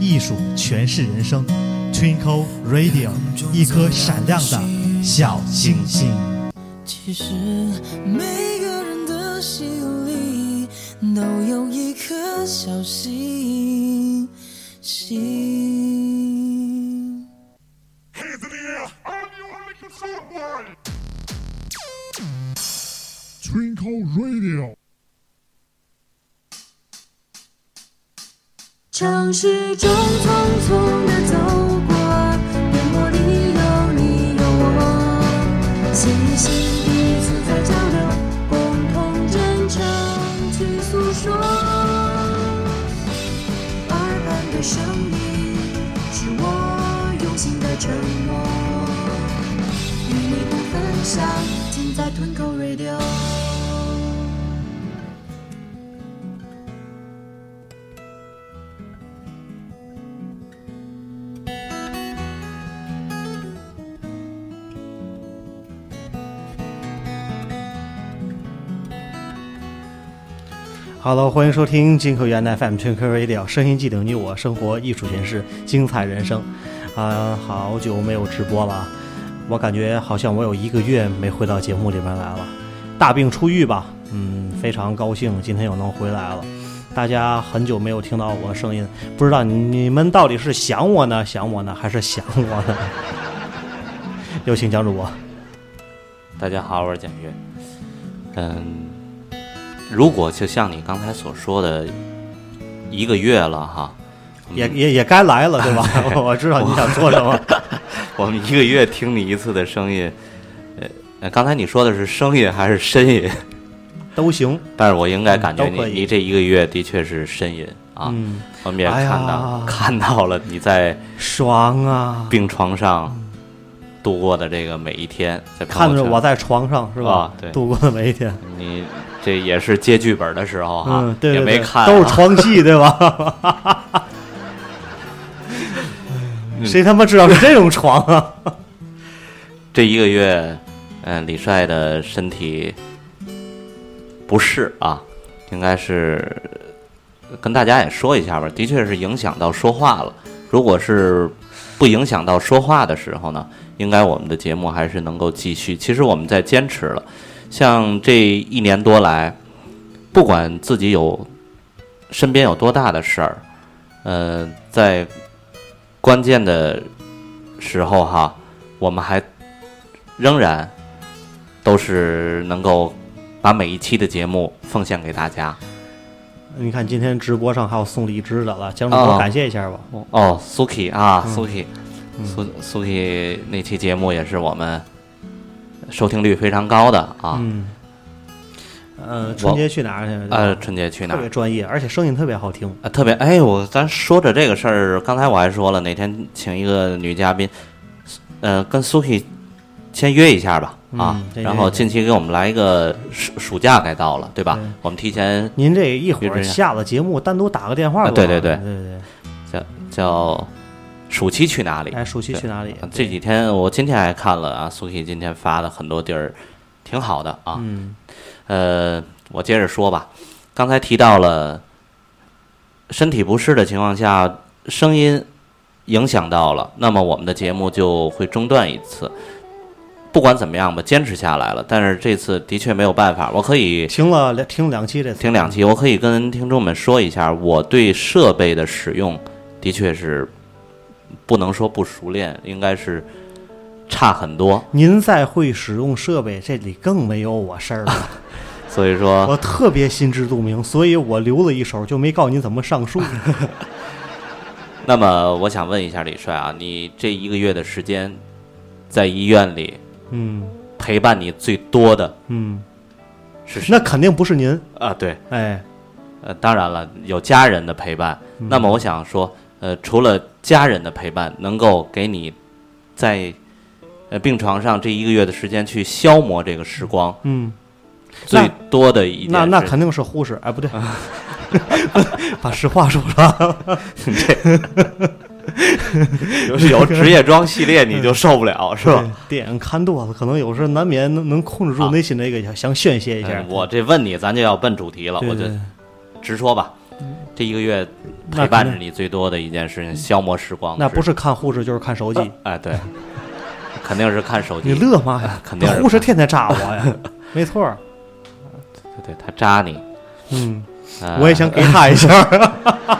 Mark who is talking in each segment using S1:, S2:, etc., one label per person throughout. S1: 艺术诠释人生。Twinkle Radio，一颗闪亮的小星星。
S2: 其实每个人的心里都有一颗小星星。
S3: Twinkle Radio.
S2: 城市中匆匆地走过，眼眸里有你有我，心与心彼此在交流，共同真诚去诉说。耳畔的声音是我用心的承诺，与你不分享，尽在吞口 radio。
S4: Hello，欢迎收听金口源 FM 全科 Radio，声音记录你我生活艺术诠释精彩人生。啊、好久没有直播了啊，我感觉好像我有一个月没回到节目里面来了，大病初愈吧。嗯，非常高兴今天又能回来了。大家很久没有听到我的声音，不知道你你们到底是想我呢，想我呢，还是想我呢？ 有请蒋主播。
S5: 大家好，我是简月。嗯，如果就像你刚才所说的，一个月了哈， 我们
S4: 也也也该来了，对吧？ 我知道你想做什么。
S5: 我们一个月听你一次的声音，呃，刚才你说的是声音还是呻吟？
S4: 都行。
S5: 但是我应该感觉
S4: 嗯
S5: 你
S4: 都可以
S5: 你这一个月的确是呻吟啊，
S4: 嗯，
S5: 我们也
S4: 哎呀
S5: 看到、看到了你在
S4: 爽啊！
S5: 病床上度过的这个每一天，在朋友
S4: 看着我
S5: 圈
S4: 在床上是吧？
S5: 啊对
S4: 度过的每一天。
S5: 你这也是接剧本的时候哈、
S4: 嗯，对对对，
S5: 也没看、啊，
S4: 都是床戏对吧？
S5: 嗯
S4: 谁他妈知道是这种床 啊？
S5: 这一个月，嗯、李帅的身体不适啊，应该是呃跟大家也说一下吧，的确是影响到说话了。如果是不影响到说话的时候呢，应该我们的节目还是能够继续。其实我们在坚持了，像这一年多来，不管自己有身边有多大的事儿，呃，在关键的时候哈，我们还仍然都是能够把每一期的节目奉献给大家。
S4: 你看今天直播上还有送荔枝的了，江主
S6: 啊
S4: 播
S5: 哦
S4: 感谢一下吧。
S5: 哦，Suki 啊
S4: 嗯
S5: ，Suki，苏 Suki 那期节目也是我们收听率非常高的啊。
S4: 嗯，呃，春节去哪儿去？
S5: 呃，春节去哪
S4: 特
S5: 儿
S4: 别？专业，而且声音特别好听。
S5: 啊，特别哎，我咱说着这个事儿，刚才我还说了，哪天请一个女嘉宾，呃，跟 Suki 先约一下吧，啊
S4: 嗯，对
S5: 然后近期给我们来一个暑暑假该到了，对吧？
S4: 对
S5: 我们提前
S4: 您这一会
S5: 别这
S4: 儿
S5: 样
S4: 下了节目，单独打个电话
S5: 啊
S4: 给我
S5: 对对
S4: 对
S5: 对
S4: 对
S5: 叫叫暑期去哪里呃
S4: 对，？哎，暑期去哪里？
S5: 这几天我今天还看了啊，苏 k 今天发的很多地儿，挺好的啊。
S4: 嗯
S5: 呃，我接着说吧，刚才提到了身体不适的情况下，声音影响到了，那么我们的节目就会中断一次。不管怎么样吧，坚持下来了，但是这次的确没有办法，我可以
S4: 听了两听两期这次，
S5: 听两期，我可以跟听众们说一下，我对设备的使用的确是不能说不熟练，应该是差很多。
S4: 您再会使用设备，这里更没有我事儿了。
S5: 所以说，
S4: 我特别心知肚明，所以我留了一手，就没告诉你怎么上 树。
S5: 那么我想问一下李帅啊，你这一个月的时间在医院里
S4: 嗯
S5: 陪伴你最多的
S4: 嗯，
S5: 是谁
S4: 那肯定不是您。
S5: 啊？对，
S4: 哎，
S1: 嗯
S5: 呃，当然了，有家人的陪伴。那么我想说，
S6: 呃，除了家人的陪伴，能够给你在呃病床上这一个月的时间去消磨这个时光，
S1: 嗯，
S6: 最多的一
S1: 那
S6: 件
S1: 那
S6: 事啊
S1: 肯定是护士，哎，不对， 把实话 说了，
S6: 有有职业装系列你就受不了是吧？
S1: 对？电影看多了，可能有时候难免能能控制住
S6: 啊
S1: 内心的一个想宣泄一下
S6: 嗯。我这问你，咱就要奔主题了，
S1: 对
S6: 我
S1: 对
S6: 就
S1: 对
S6: 直说吧。这一个月
S1: 那
S6: 陪伴着
S1: 肯定嗯
S6: 你最多的一件事情，消磨时光的
S1: 那不
S6: 事
S1: 是看护士就是看手机，
S6: 哎， 对，肯定是看手
S1: 你
S6: 机。
S1: 乐嘛呀？
S6: 肯定 是
S1: 护士天天扎我呀，没错儿，
S6: 对，他扎你。
S1: 嗯，
S6: 呃
S1: 我也想给他一下儿。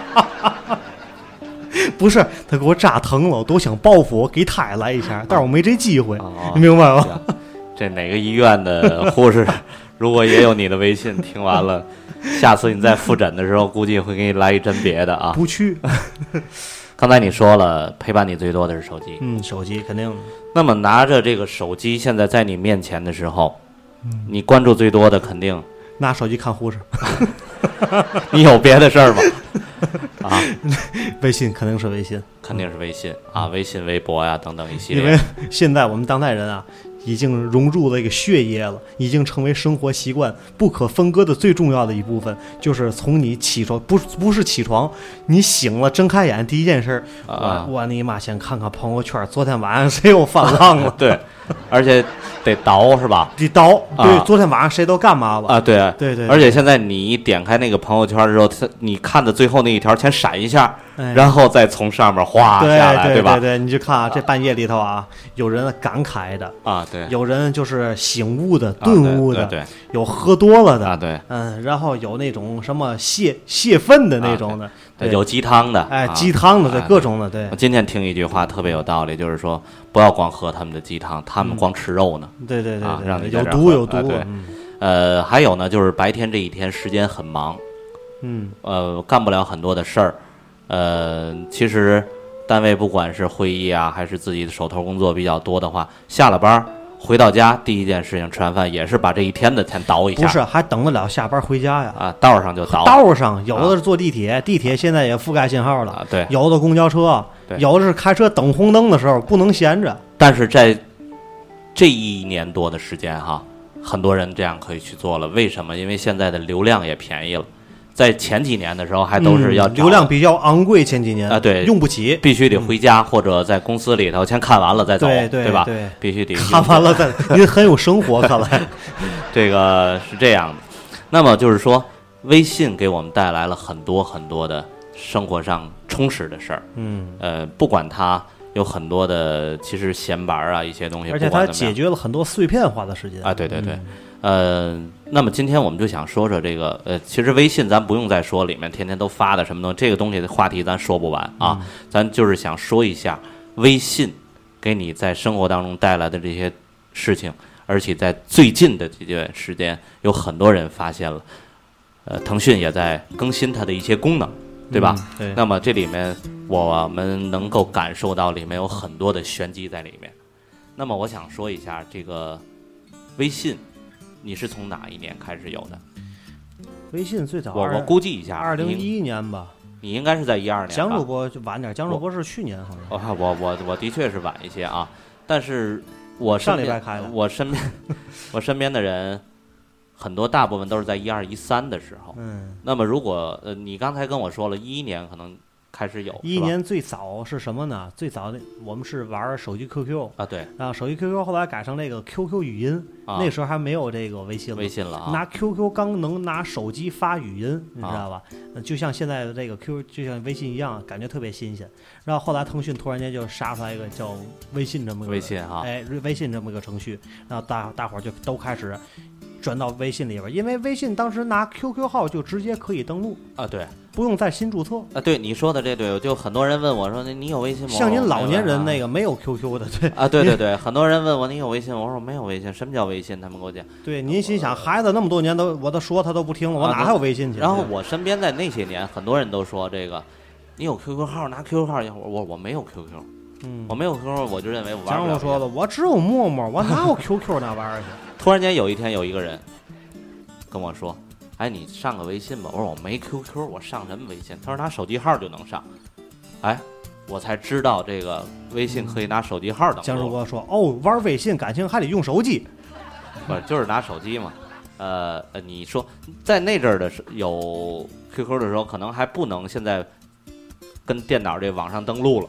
S1: 不是，他给我扎疼了，我都想报复，我给他也来一下，但是我没这机会，
S6: 哦
S1: 你明白吗？
S6: 行这哪个医院的护士， 如果也有你的微信，听 完了，下次你再复诊的时候，估计会给你来一针别的啊。
S1: 不去，哎
S6: 刚才你说了，陪伴你最多的是手机。
S1: 嗯，手机肯定
S6: 那么拿着这个手机，现在在你面前的时候，
S1: 嗯
S6: 你关注最多的肯定，
S1: 拿手机看护士，
S6: 你有别的事儿吗？ 啊，
S1: 微信肯定是微信，
S6: 肯定是微信啊，微信、微博呀、等等一系
S1: 因
S6: 列
S1: 为。现在我们当代人啊，已经融入了一个血液了，已经成为生活习惯不可分割的最重要的一部分。就是从你起床，不不是起床，你醒了睁开眼第一件事儿，
S6: 啊？
S1: 我我你妈先看看朋友圈，昨天晚上谁又犯浪了
S6: 对，而且得倒是吧？
S1: 这刀，对，
S6: 啊
S1: 昨天晚上谁都干嘛了？
S6: 啊，对
S1: 对对对
S6: 而且现在你一点开那个朋友圈的时候，它你看的最后那一条先闪一下，
S1: 哎
S6: 然后再从上面哗
S1: 对
S6: 下来，
S1: 对
S6: 吧？
S1: 对，你就看啊，这半夜里头啊，有人感慨的，
S6: 啊，对，
S1: 有人就是醒悟的、
S6: 啊对
S1: 顿悟的，
S6: 对对
S1: 有喝多了的，
S6: 啊对
S1: 嗯，然后有那种什么泄泄愤的那种的，
S6: 对
S1: 对，
S6: 有鸡汤的，
S1: 哎
S6: 啊
S1: 鸡汤的，对
S6: 啊
S1: 各种的，对
S6: 我今天听一句话特别有道理，就是说不要光喝他们的鸡汤，他
S1: 嗯
S6: 们光吃肉呢。
S1: 对对
S6: 啊
S1: 对
S6: 让你
S1: 对，
S6: 在
S1: 有
S6: 这儿
S1: 毒
S6: 喝
S1: 有
S6: 啊
S1: 毒，
S6: 对
S1: 嗯
S6: 呃，还有呢，就是白天这一天时间很忙，
S1: 嗯，
S6: 呃，干不了很多的事儿。呃，其实单位不管是会议啊，还是自己的手头工作比较多的话，下了班儿回到家第一件事情，吃完饭也是把这一天的钱倒一下，
S1: 不是还等得了下班回家呀？
S6: 啊，道上就倒，
S1: 道上有的是坐地铁，地铁现在也覆盖信号了
S6: 啊，对
S1: 有的公交车
S6: 对，
S1: 有的是开车等红灯的时候不能闲着，
S6: 但是在这一年多的时间哈，很多人这样可以去做了。为什么？因为现在的流量也便宜了，在前几年的时候还都是要
S1: 嗯
S6: 找
S1: 流量比较昂贵，前几年
S6: 啊对
S1: 用不起，
S6: 必须得回家或者在公司里头先看完了再走，
S1: 对对
S6: 吧
S1: 对？
S6: 必须得
S1: 看完 了再，您很有生活，看来，
S6: 这个是这样的。那么就是说，微信给我们带来了很多很多的生活上充实的事儿。
S1: 嗯，
S6: 呃，不管它有很多的其实闲玩儿啊一些东西，
S1: 而且
S6: 不管
S1: 它
S6: 怎么样
S1: 解决了很多碎片化的时间
S6: 啊，对对对，呃，那么今天我们就想说说这个，呃，其实微信咱不用再说里面天天都发的什么东西，这个东西的话题咱说不完啊，咱就是想说一下微信给你在生活当中带来的这些事情，而且在最近的这段时间，有很多人发现了，呃，腾讯也在更新它的一些功能，对吧？
S1: 嗯对
S6: 那么这里面我们能够感受到里面有很多的玄机在里面。那么我想说一下这个微信，你是从哪一年开始有的？
S1: 微信最早
S6: 我
S1: 二
S6: 我估计一下，
S1: 二零
S6: 你
S1: 一年吧，
S6: 你应该是在一二年吧。
S1: 江主播就晚点，江主播是去年好像。
S6: 我哦我我我的确是晚一些啊，但是我身
S1: 上礼
S6: 边
S1: 拜开的
S6: 我身边 我身边的人很多，大部分都是在一二一三的时候。
S1: 嗯，
S6: 那么如果呃你刚才跟我说了，一一年可能开始有，
S1: 一
S6: 是吧
S1: 年最早是什么呢？最早的我们是玩手机 QQ
S6: 啊，对，
S1: 啊，手机 QQ 后来改成那个 QQ 语音，
S6: 啊
S1: 那时候还没有这个微信了。
S6: 微信了啊，
S1: 拿 QQ 刚能拿手机发语音，你知道吧？呃就像现在的这个 Q，就像微信一样，感觉特别新鲜。然后后来腾讯突然间就杀出来一个叫微信这么个
S6: 微信啊哈
S1: 哎，微信这么个程序，然后大大伙儿就都开始转到微信里边儿，因为微信当时拿 QQ 号就直接可以登录，
S6: 啊，对
S1: 不用再新注册。
S6: 啊，对你说的这对，就很多人问我说，你你有微信吗？
S1: 像您
S6: 我说
S1: 老年人
S6: 没有
S1: 那个
S6: 啊
S1: 没有 QQ 的， 对
S6: 啊，对对对，很多人问我你有微信吗，我说我没有微信，什么叫微信？他们给我讲。
S1: 对，您心想孩子那么多年都我都说他都不听了，我
S6: 啊
S1: 哪还有微信去？
S6: 然后我身边在那些年，很多人都说这个，你有 QQ 号拿 QQ 号去，我我我没有 QQ，
S1: 嗯
S6: 我，没有 QQ，我就认为我玩
S1: 蒋
S6: 不
S1: 总
S6: 了这
S1: 说
S6: 个。
S1: 了，我只有陌陌，我哪有 QQ 那玩意儿去？
S6: 突然间有一天有一个人跟我说，哎，你上个微信吧。我说我没 QQ，我上什么微信？他说拿手机号就能上。哎，我才知道这个微信可以拿手机号登录。
S1: 江叔哥说：“哦，玩微信感情还得用手机。
S6: 不是就是拿手机嘛。呃，呃你说在那阵儿的时有 QQ 的时候，可能还不能现在跟电脑这网上登录了，”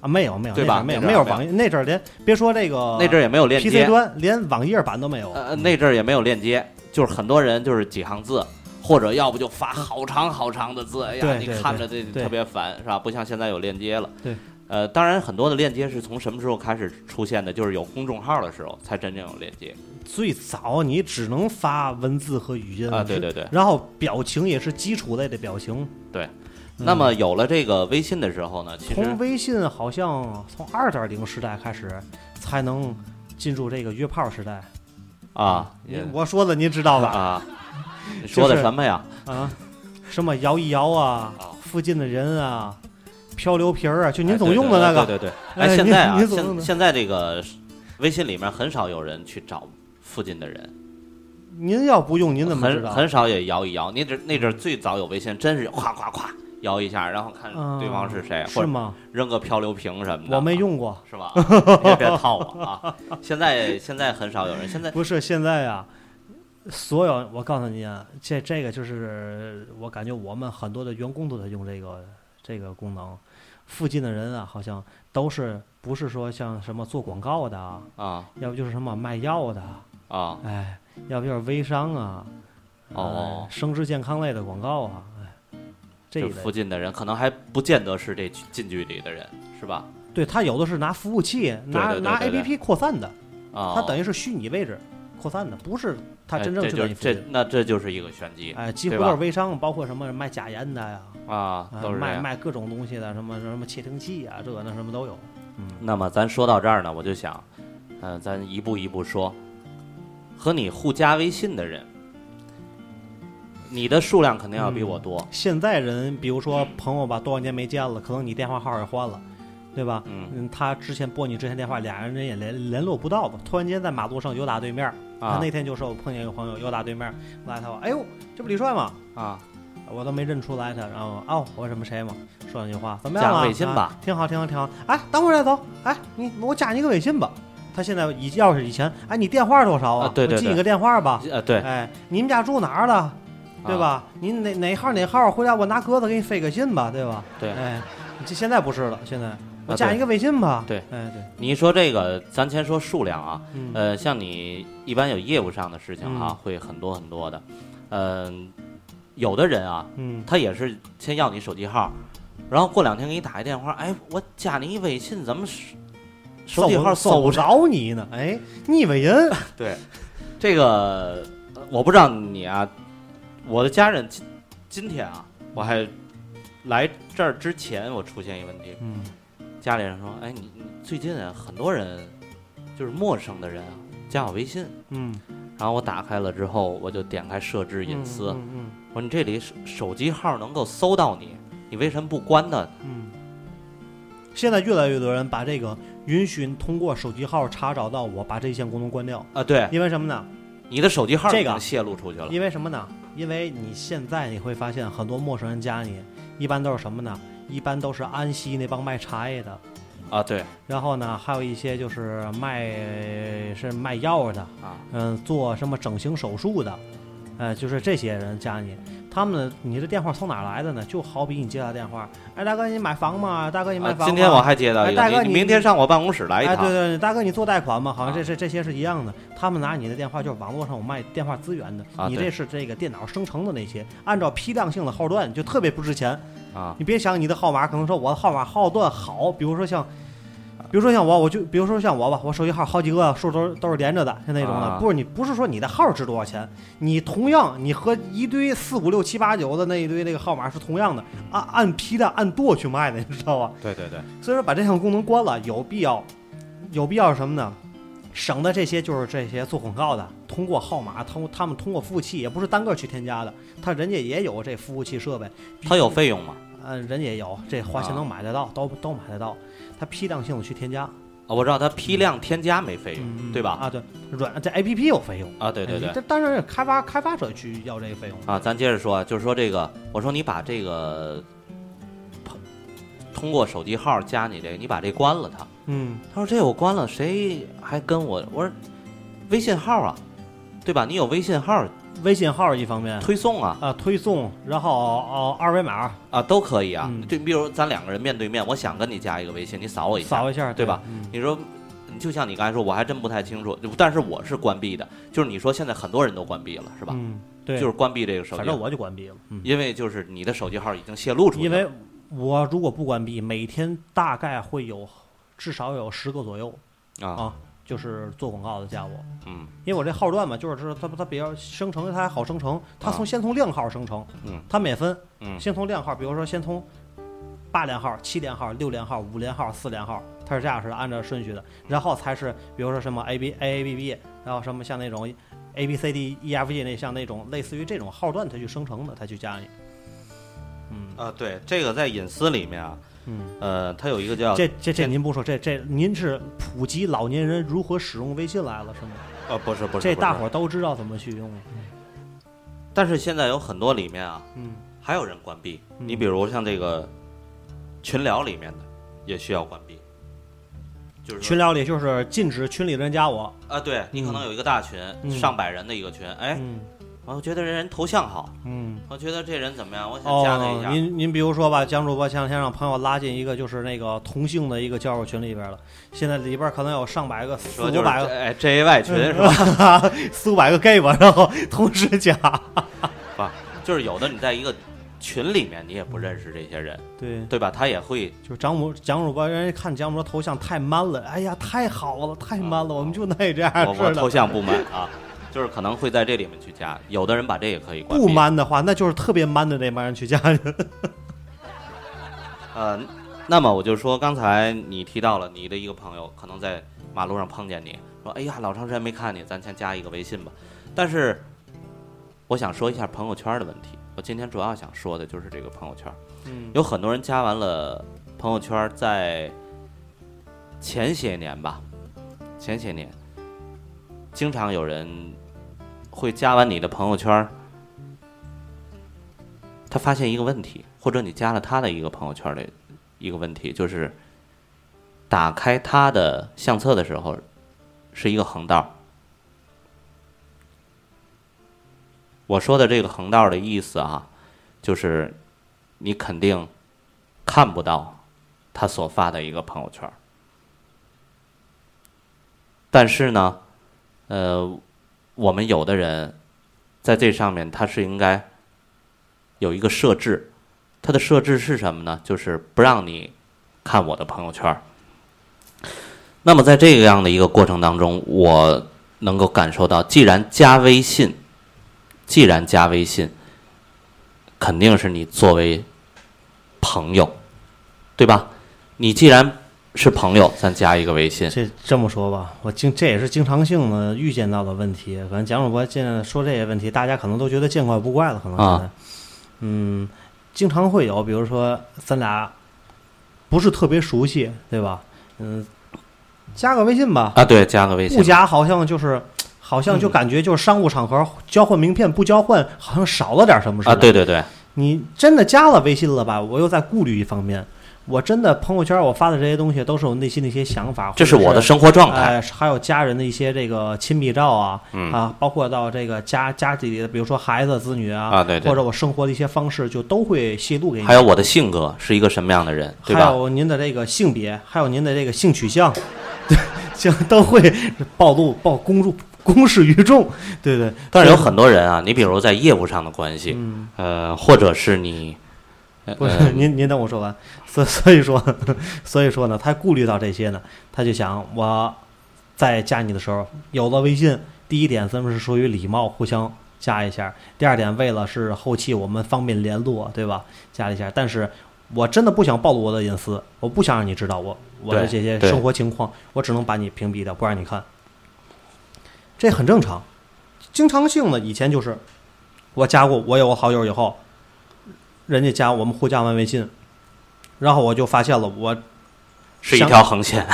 S1: 啊，没有没有，
S6: 对吧
S1: 那阵儿
S6: 那
S1: 没
S6: 阵
S1: 有
S6: 儿
S1: 没有网页，那阵儿连别说这个，
S6: 那阵儿也没有链
S1: PC
S6: 接，
S1: 端连网页版都没有。
S6: 呃，那阵儿也没有链接，就是很多人就是几行字，或者要不就发好长好长的字，哎呀，
S1: 对
S6: 你
S1: 对
S6: 看着这
S1: 对
S6: 特别烦，是吧？不像现在有链接了。
S1: 对。
S6: 呃，当然，很多的链接是从什么时候开始出现的？就是有公众号的时候，才真正有链接
S1: 最早你只能发文字和语音
S6: 啊！对对对，
S1: 然后表情也是基础类的表情。
S6: 对
S1: 嗯，
S6: 那么有了这个微信的时候呢，其
S1: 从
S6: 实
S1: 微信好像从二点零时代开始，才能进入这个约炮时代。
S6: 啊，
S1: 您
S6: 也
S1: 我说的您知道吧？
S6: 啊，你说的
S1: 就是
S6: 什么呀？
S1: 啊，什么摇一摇啊
S6: 啊，
S1: 附近的人啊，漂流瓶儿啊，就您
S6: 哎
S1: 总
S6: 对
S1: 用
S6: 对
S1: 的那个。
S6: 对对对。
S1: 哎
S6: 哎，现
S1: 您
S6: 在啊，
S1: 您总用
S6: 现
S1: 的
S6: 现在这个微信里面很少有人去找附近的人。
S1: 您要不用，您怎么知
S6: 很
S1: 道？
S6: 很少也摇一摇。那阵那阵最早有微信，真是夸夸夸摇一下，然后看对方是谁，或
S1: 啊是
S6: 者
S1: 吗？
S6: 扔个漂流瓶什么的。
S1: 我没，用过。
S6: 是吧？ 你也别套 我啊！现在现在很少有人，现在
S1: 不是现在啊，所有我告诉你啊，这这个就是我感觉我们很多的员工都在用这个这个功能，附近的人啊，好像都是不是说像什么做广告的啊，
S6: 啊
S1: 要不就是什么卖药的啊，
S6: 啊
S1: 哎，要不就是微商啊，
S6: 哦
S1: 哎生殖健康类的广告啊，哎，这一
S6: 这
S1: 类
S6: 附近的人可能还不见得是这近距离的人，是吧？
S1: 对他有的是拿服务器拿
S6: 对对对
S1: 拿
S6: 对对
S1: APP 扩散的，
S6: 啊，
S1: 他等于是虚拟位置扩散的，不是他真正
S6: 哎
S1: 去
S6: 这
S1: 到
S6: 就
S1: 你
S6: 是
S1: 附近。
S6: 这那这就是一个玄机
S1: 哎，几乎
S6: 对
S1: 都
S6: 吧
S1: 是微商，包括什么卖假烟的呀，
S6: 啊
S1: 啊，
S6: 都是这
S1: 卖
S6: 样。
S1: 卖各种东西的，什么什么窃听器啊，这个那什么都有。嗯，
S6: 那么咱说到这儿呢，我就想，嗯、咱一步一步说，和你互加微信的人，你的数量肯定要比我多，
S1: 现在人，比如说朋友吧，多少年没见了，可能你电话号也换了，对吧？
S6: 嗯
S1: 他之前拨你之前电话，俩人也联联络不到吧？突然间在马路上有打对面儿，
S6: 啊
S1: 他那天就是我碰见一个朋友有打对面儿，后来他说：“哎呦，这不李帅吗？”
S6: 啊，
S1: 我都没认出来他，然后哦，我什么谁嘛，说两句话，怎么样
S6: 加
S1: 啊？
S6: 个微信吧
S1: 啊挺好，挺好，挺好。哎，等会儿再走，哎，你我加你个微信吧。他现在以要是以前，哎，你电话多少啊？
S6: 啊对对
S1: 我记
S6: 对
S1: 你个电话吧。
S6: 呃，对，啊
S1: 哎，你们家住哪儿的？对吧？您哪哪号哪号？回来我拿鸽子给你飞个信吧，对吧？
S6: 对
S1: 哎，这现在不是了，现在我
S6: 啊
S1: 加
S6: 对
S1: 你个微信吧。
S6: 对，
S1: 哎对，
S6: 你一说这个，咱先说数量啊，
S1: 嗯，
S6: 呃，像你一般有业务上的事情啊，
S1: 嗯
S6: 会很多很多的，嗯、有的人啊，
S1: 嗯，
S6: 他也是先要你手机号，然后过两天给你打一电话，哎，我加你一微信，怎么手手机号
S1: 搜
S6: 不
S1: 不
S6: 着？
S1: 着你呢？哎，你以为 人
S6: 对，这个呃我不知道你啊，我的家人今今天啊，我还来这儿之前，我出现一个问题，
S1: 嗯，
S6: 家里人说，哎，你你最近啊，很多人就是陌生的人啊，加我微信，
S1: 嗯，
S6: 然后我打开了之后，我就点开设置隐私，
S1: 嗯嗯
S6: 我说你这里手手机号能够搜到你，你为什么不关呢？
S1: 嗯，现在越来越多人把这个允许通过手机号查找到我，把这一项功能关掉，
S6: 啊，对，
S1: 因为什么呢？
S6: 你的手机号
S1: 这
S6: 已
S1: 个啊
S6: 经泄露出去了，
S1: 因为什么呢？因为你现在你会发现很多陌生人加你，一般都是什么呢？一般都是安溪那帮卖茶叶的，
S6: 啊，对，
S1: 然后呢，还有一些就是卖是卖药的
S6: 啊，
S1: 嗯、做什么整形手术的，呃，就是这些人加你，他们你的电话从哪儿来的呢？就好比你接他电话，哎，大哥你买房吗？大哥你买
S6: 啊
S1: 房吗？
S6: 今天我还接到一
S1: 哎
S6: 个，
S1: 大哥
S6: 你
S1: 你
S6: 明天上我办公室来一
S1: 哎，对
S6: 趟，
S1: 对，大哥，你做贷款吗？好像这
S6: 啊
S1: 这这些是一样的。他们拿你的电话，就是网络上我卖电话资源的，
S6: 啊
S1: 你
S6: 对
S1: 这是这个电脑生成的那些，按照批量性的号段，就特别不值钱。
S6: 啊，
S1: 你别想你的号码，可能说我的号码号段好，比如说像，比如说像我，我就比如说像我吧，我手机号好几个数都是都是连着的，像那种的。
S6: 啊
S1: 不是你不是说你的号值多少钱，你同样你和一堆四五六七八九的那一堆那个号码是同样的，按按批量按垛去卖的，你知道吧？
S6: 对对对，
S1: 所以说把这项功能关了，有必要，有必要是什么呢？省的这些就是这些做广告的，通过号码，通他们通过服务器，也不是单个去添加的，他人家也有这服务器设备，
S6: 它有费用吗？
S1: 呃，人也有这花钱能买得到，都都买得到，他批量性的去添加，
S6: 啊，我知道它
S1: 嗯
S6: 批量添加没费用，对吧？
S1: 啊，对，软这 A P P 有费用，
S6: 啊，对对对
S1: 哎，但但是开发开发者去要这个费用，
S6: 啊啊，咱接着说啊，就是说这个，我说你把这个朋通过手机号加你这个，你把这关了他。
S1: 嗯
S6: 他说这我关了，谁还跟我？我说微信号啊，对吧？你有微信号
S1: 微信号一方面
S6: 推送啊
S1: 啊推送，然后哦二维码
S6: 啊都可以啊。
S1: 嗯
S6: 对，比如咱两个人面对面，我想跟你加一个微信，你扫我一下，
S1: 扫一下，
S6: 对吧？
S1: 嗯
S6: 你说，就像你刚才说，我还真不太清楚，就但是我是关闭的，就是你说现在很多人都关闭了，是吧？
S1: 嗯，对，
S6: 就是关闭这个手机，
S1: 反正我就关闭了，嗯，
S6: 因为就是你的手机号已经泄露出去
S1: 因
S6: 了，
S1: 为我如果不关闭，每天大概会有至少有十个左右
S6: 啊，
S1: 啊，就是做广告的加我，
S6: 嗯
S1: 因为我这号段嘛，就是它它比较生成，它还好生成，它从
S6: 啊
S1: 先从量号生成，
S6: 嗯
S1: 他们也分，
S6: 嗯
S1: 先从量号，比如说先从八连号、七连号、六连号、五连号、四连号，它是这样是按照顺序的，然后才是比如说什么 A B A A B B，然后什么像那种 A B C D E F G 那像那种类似于这种号段，它去生成的，它去加你。嗯
S6: 啊，对，这个在隐私里面啊，
S1: 嗯，
S6: 呃，它有一个叫
S1: 这这这
S6: 这
S1: 您不说，这这您是普及老年人如何使用微信来了是吗？
S6: 呃不是不是
S1: 这大伙
S6: 儿，
S1: 儿都知道怎么去用了。
S6: 但是现在有很多里面啊，
S1: 嗯
S6: 还有人关闭，
S1: 嗯
S6: 你比如像这个群聊里面的也需要关闭，就是说
S1: 群聊里就是禁止群里的人加我。
S6: 啊，对你可能有一个大群，
S1: 嗯
S6: 上百人的一个群，哎，
S1: 嗯
S6: 我觉得这人头像好。
S1: 嗯。
S6: 我觉得这人怎么样？我想加他一
S1: 哦，
S6: 下。
S1: 您您比如说吧，江主播前两天让朋友拉进一个就是那个同性的一个交友群里边了，现在里边可能有上百个、四
S6: 说
S1: 五
S6: 就是
S1: 百嗯个、
S6: 哎 J A Y 群是吧？
S1: 吧？ 四五百个 gay 吧，然后 同时 加，
S6: 就是有的你在一个群里面你也不认识这些人，
S1: 对，
S6: 对吧？他也会
S1: 就是张主江主播，人家看江主播头像太 man 了，哎呀，太好了，太 man 了，我们就那这样
S6: 啊我我
S1: 似
S6: 头
S1: 哎的。
S6: 像不满啊，就是可能会在这里面去加。有的人把这也可以关闭。
S1: 不 man 的话，那就是特别 man 的那帮人去加去。
S6: 呃，那么我就说刚才你提到了你的一个朋友可能在马路上碰见你，说哎呀老长时间没看你，咱先加一个微信吧。但是我想说一下朋友圈的问题。我今天主要想说的就是这个朋友圈。
S1: 嗯
S6: 有很多人加完了朋友圈，在前些年吧，前些年，经常有人会加完你的朋友圈，他发现一个问题，或者你加了他的一个朋友圈的一个问题，就是打开他的相册的时候是一个横道。我说的这个横道的意思啊，就是你肯定看不到他所发的一个朋友圈儿。但是呢，呃，我们有的人在这上面他是应该有一个设置，他的设置是什么呢？就是不让你看我的朋友圈儿。那么在这个样的一个过程当中，我能够感受到，既然加微信，既然加微信，肯定是你作为朋友，对吧？你既然是朋友，咱加一个微信。
S1: 这这么说吧，我经这也是经常性的遇见到的问题。可能蒋主播现在说这些问题，大家可能都觉得见怪不怪了，可能现在，
S6: 啊
S1: 嗯，经常会有，比如说咱俩不是特别熟悉，对吧？嗯，加个微信吧，
S6: 啊，对，加个微信。嗯
S1: 不加好像就是，好像就感觉就是商务场合交换名片不交换，好像少了点什么似的。
S6: 啊，对对对，
S1: 你真的加了微信了吧？我又在顾虑一方面。我真的朋友圈我发的这些东西都是我内心的一些想法，
S6: 这是
S1: 或者
S6: 我的生活状态。
S1: 哎，还有家人的一些这个亲密照啊，
S6: 嗯
S1: 啊，包括到这个家家里的，比如说孩子、子女啊，
S6: 啊对对
S1: 或者我生活的一些方式，就都会泄露给你。
S6: 还有我的性格是一个什么样的人，对
S1: 还
S6: 吧？
S1: 有您的这个性别，还有您的这个性取向， 对，这都会暴露、暴公入、公示于众，对对。
S6: 但是有很多人啊，你比如在业务上的关系，
S1: 嗯
S6: 呃，或者是你，呃
S1: 不是您，您等我说完。所所以说， 所以说呢，他顾虑到这些呢，他就想我在加你的时候，有了微信，第一点咱们是属于礼貌，互相加一下；第二点，为了是后期我们方便联络，对吧？加一下。但是我真的不想暴露我的隐私，我不想让你知道我我的这
S6: 对
S1: 些
S6: 对
S1: 生活情况，我只能把你屏蔽掉，不让你看。这很正常，经常性的以前就是我加过我有个好友以后，人家加我们互加完微信，然后我就发现了我
S6: 是一
S1: 想
S6: 条横线。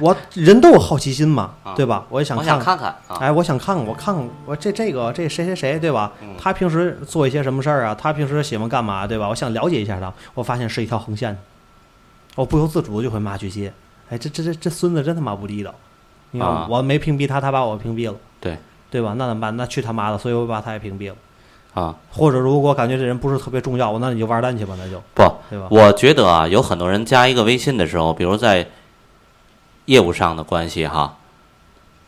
S1: 我人都有好奇心嘛，
S6: 啊
S1: 对吧？我也想
S6: 我
S1: 看
S6: 想看看啊，
S1: 哎，我想看看，我看看我这这个这谁谁谁，对吧？
S6: 嗯
S1: 他平时做一些什么事儿啊？他平时喜欢干嘛，对吧？我想了解一下他，我发现是一条横线，我不由自主地就会骂巨蟹。哎，这这这这孙子真他妈不地道！你看，
S6: 啊
S1: 我没屏蔽他，他把我屏蔽了，
S6: 对
S1: 对吧？那怎么办？那去他妈的！所以我把他也屏蔽了。
S6: 啊，
S1: 或者如果感觉这人不是特别重要，那你就玩蛋去吧，那就
S6: 不，
S1: 对吧？
S6: 我觉得啊，有很多人加一个微信的时候，比如在业务上的关系哈，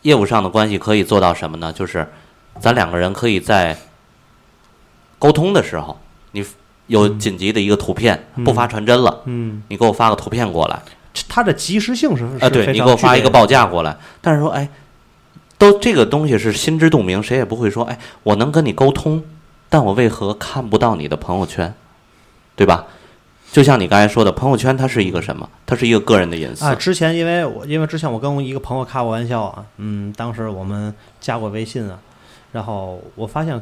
S6: 业务上的关系可以做到什么呢？就是咱两个人可以在沟通的时候，你有紧急的一个图片，
S1: 嗯
S6: 不发传真了，
S1: 嗯，
S6: 你给我发个图片过来，
S1: 这他的及时性是
S6: 啊、
S1: 是
S6: 对
S1: 非
S6: 你
S1: 常
S6: 给我
S1: 具备
S6: 发一个
S1: 的
S6: 报价过来。但是说，哎，都这个东西是心知肚明，谁也不会说，哎，我能跟你沟通，但我为何看不到你的朋友圈，对吧？就像你刚才说的，朋友圈它是一个什么？它是一个个人的隐私。
S1: 啊，之前因为我因为之前我跟我一个朋友开过玩笑啊，嗯，当时我们加过微信啊，然后我发现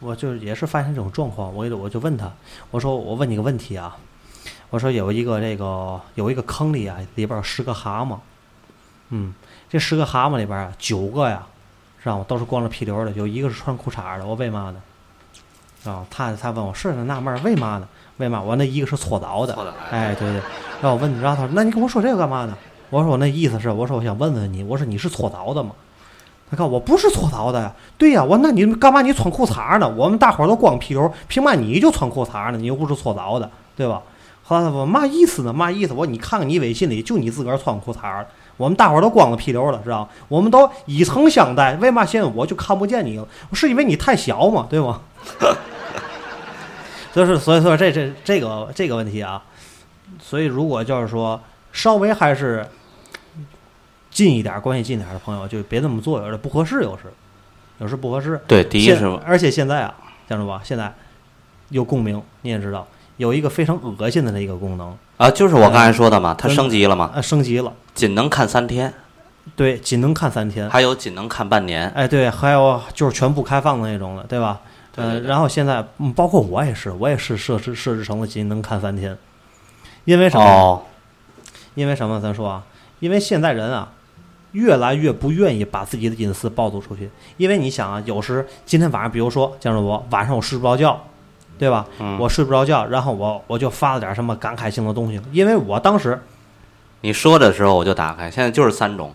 S1: 我就是也是发现这种状况，我也我就问他，我说我问你个问题啊，我说有一个这个有一个坑里啊，里边有十个蛤蟆，嗯，这十个蛤蟆里边啊，九个呀，让我都是光着屁溜儿的，有一个是穿裤衩儿的，我为嘛呢？啊，他他问我是呢纳闷儿为嘛呢？为嘛？我那一个是搓澡的
S6: 搓澡，
S1: 哎，对对。然后我问你，然后他说：“那你跟我说这个干嘛呢？”我说：“我那意思是，我说我想问问你，我说你是搓澡的吗？”他看我不是搓澡的呀，对呀，我那你干嘛你穿裤衩儿呢？我们大伙儿都光屁股，凭嘛你就穿裤衩儿呢？你又不是搓澡的，对吧？后来他问嘛意思呢？嘛意思？我说你看看你微信里就你自个儿穿裤衩儿，我们大伙儿都光着屁溜儿了，知道吗？我们都以诚相待，为嘛现在我就看不见你了？是因为你太小嘛，对吗？ 就是所以说这这这个这个问题啊，所以如果就是说稍微还是近一点儿关系近一点儿的朋友，就别这么做，有点不合适，有时有时不合适。
S6: 对，第一
S1: 现
S6: 是
S1: 而且现在啊，江主播现在有共鸣，你也知道有一个非常恶心的一个功能，
S6: 啊，就是我刚才说的嘛，它
S1: 真的
S6: 升级了嘛，
S1: 呃，升级了，
S6: 仅能看三天，
S1: 对，仅能看三天。
S6: 还有仅能看半年。
S1: 哎，对，还有就是全部开放的那种了，对吧？
S6: 对对
S1: 呃，
S6: 对
S1: 然后现在，嗯，包括我也是，我也是设置设置成了仅能看三天，因为什么？
S6: 哦，
S1: 因为什么？咱说啊，因为现在人啊，越来越不愿意把自己的隐私暴露出去。因为你想啊，有时今天晚上，比如说江主播，晚上我睡不着觉，对吧？
S6: 嗯
S1: 我睡不着觉，然后我我就发了点什么感慨性的东西，因为我当时
S6: 你说的时候我就打开，现在就是三种，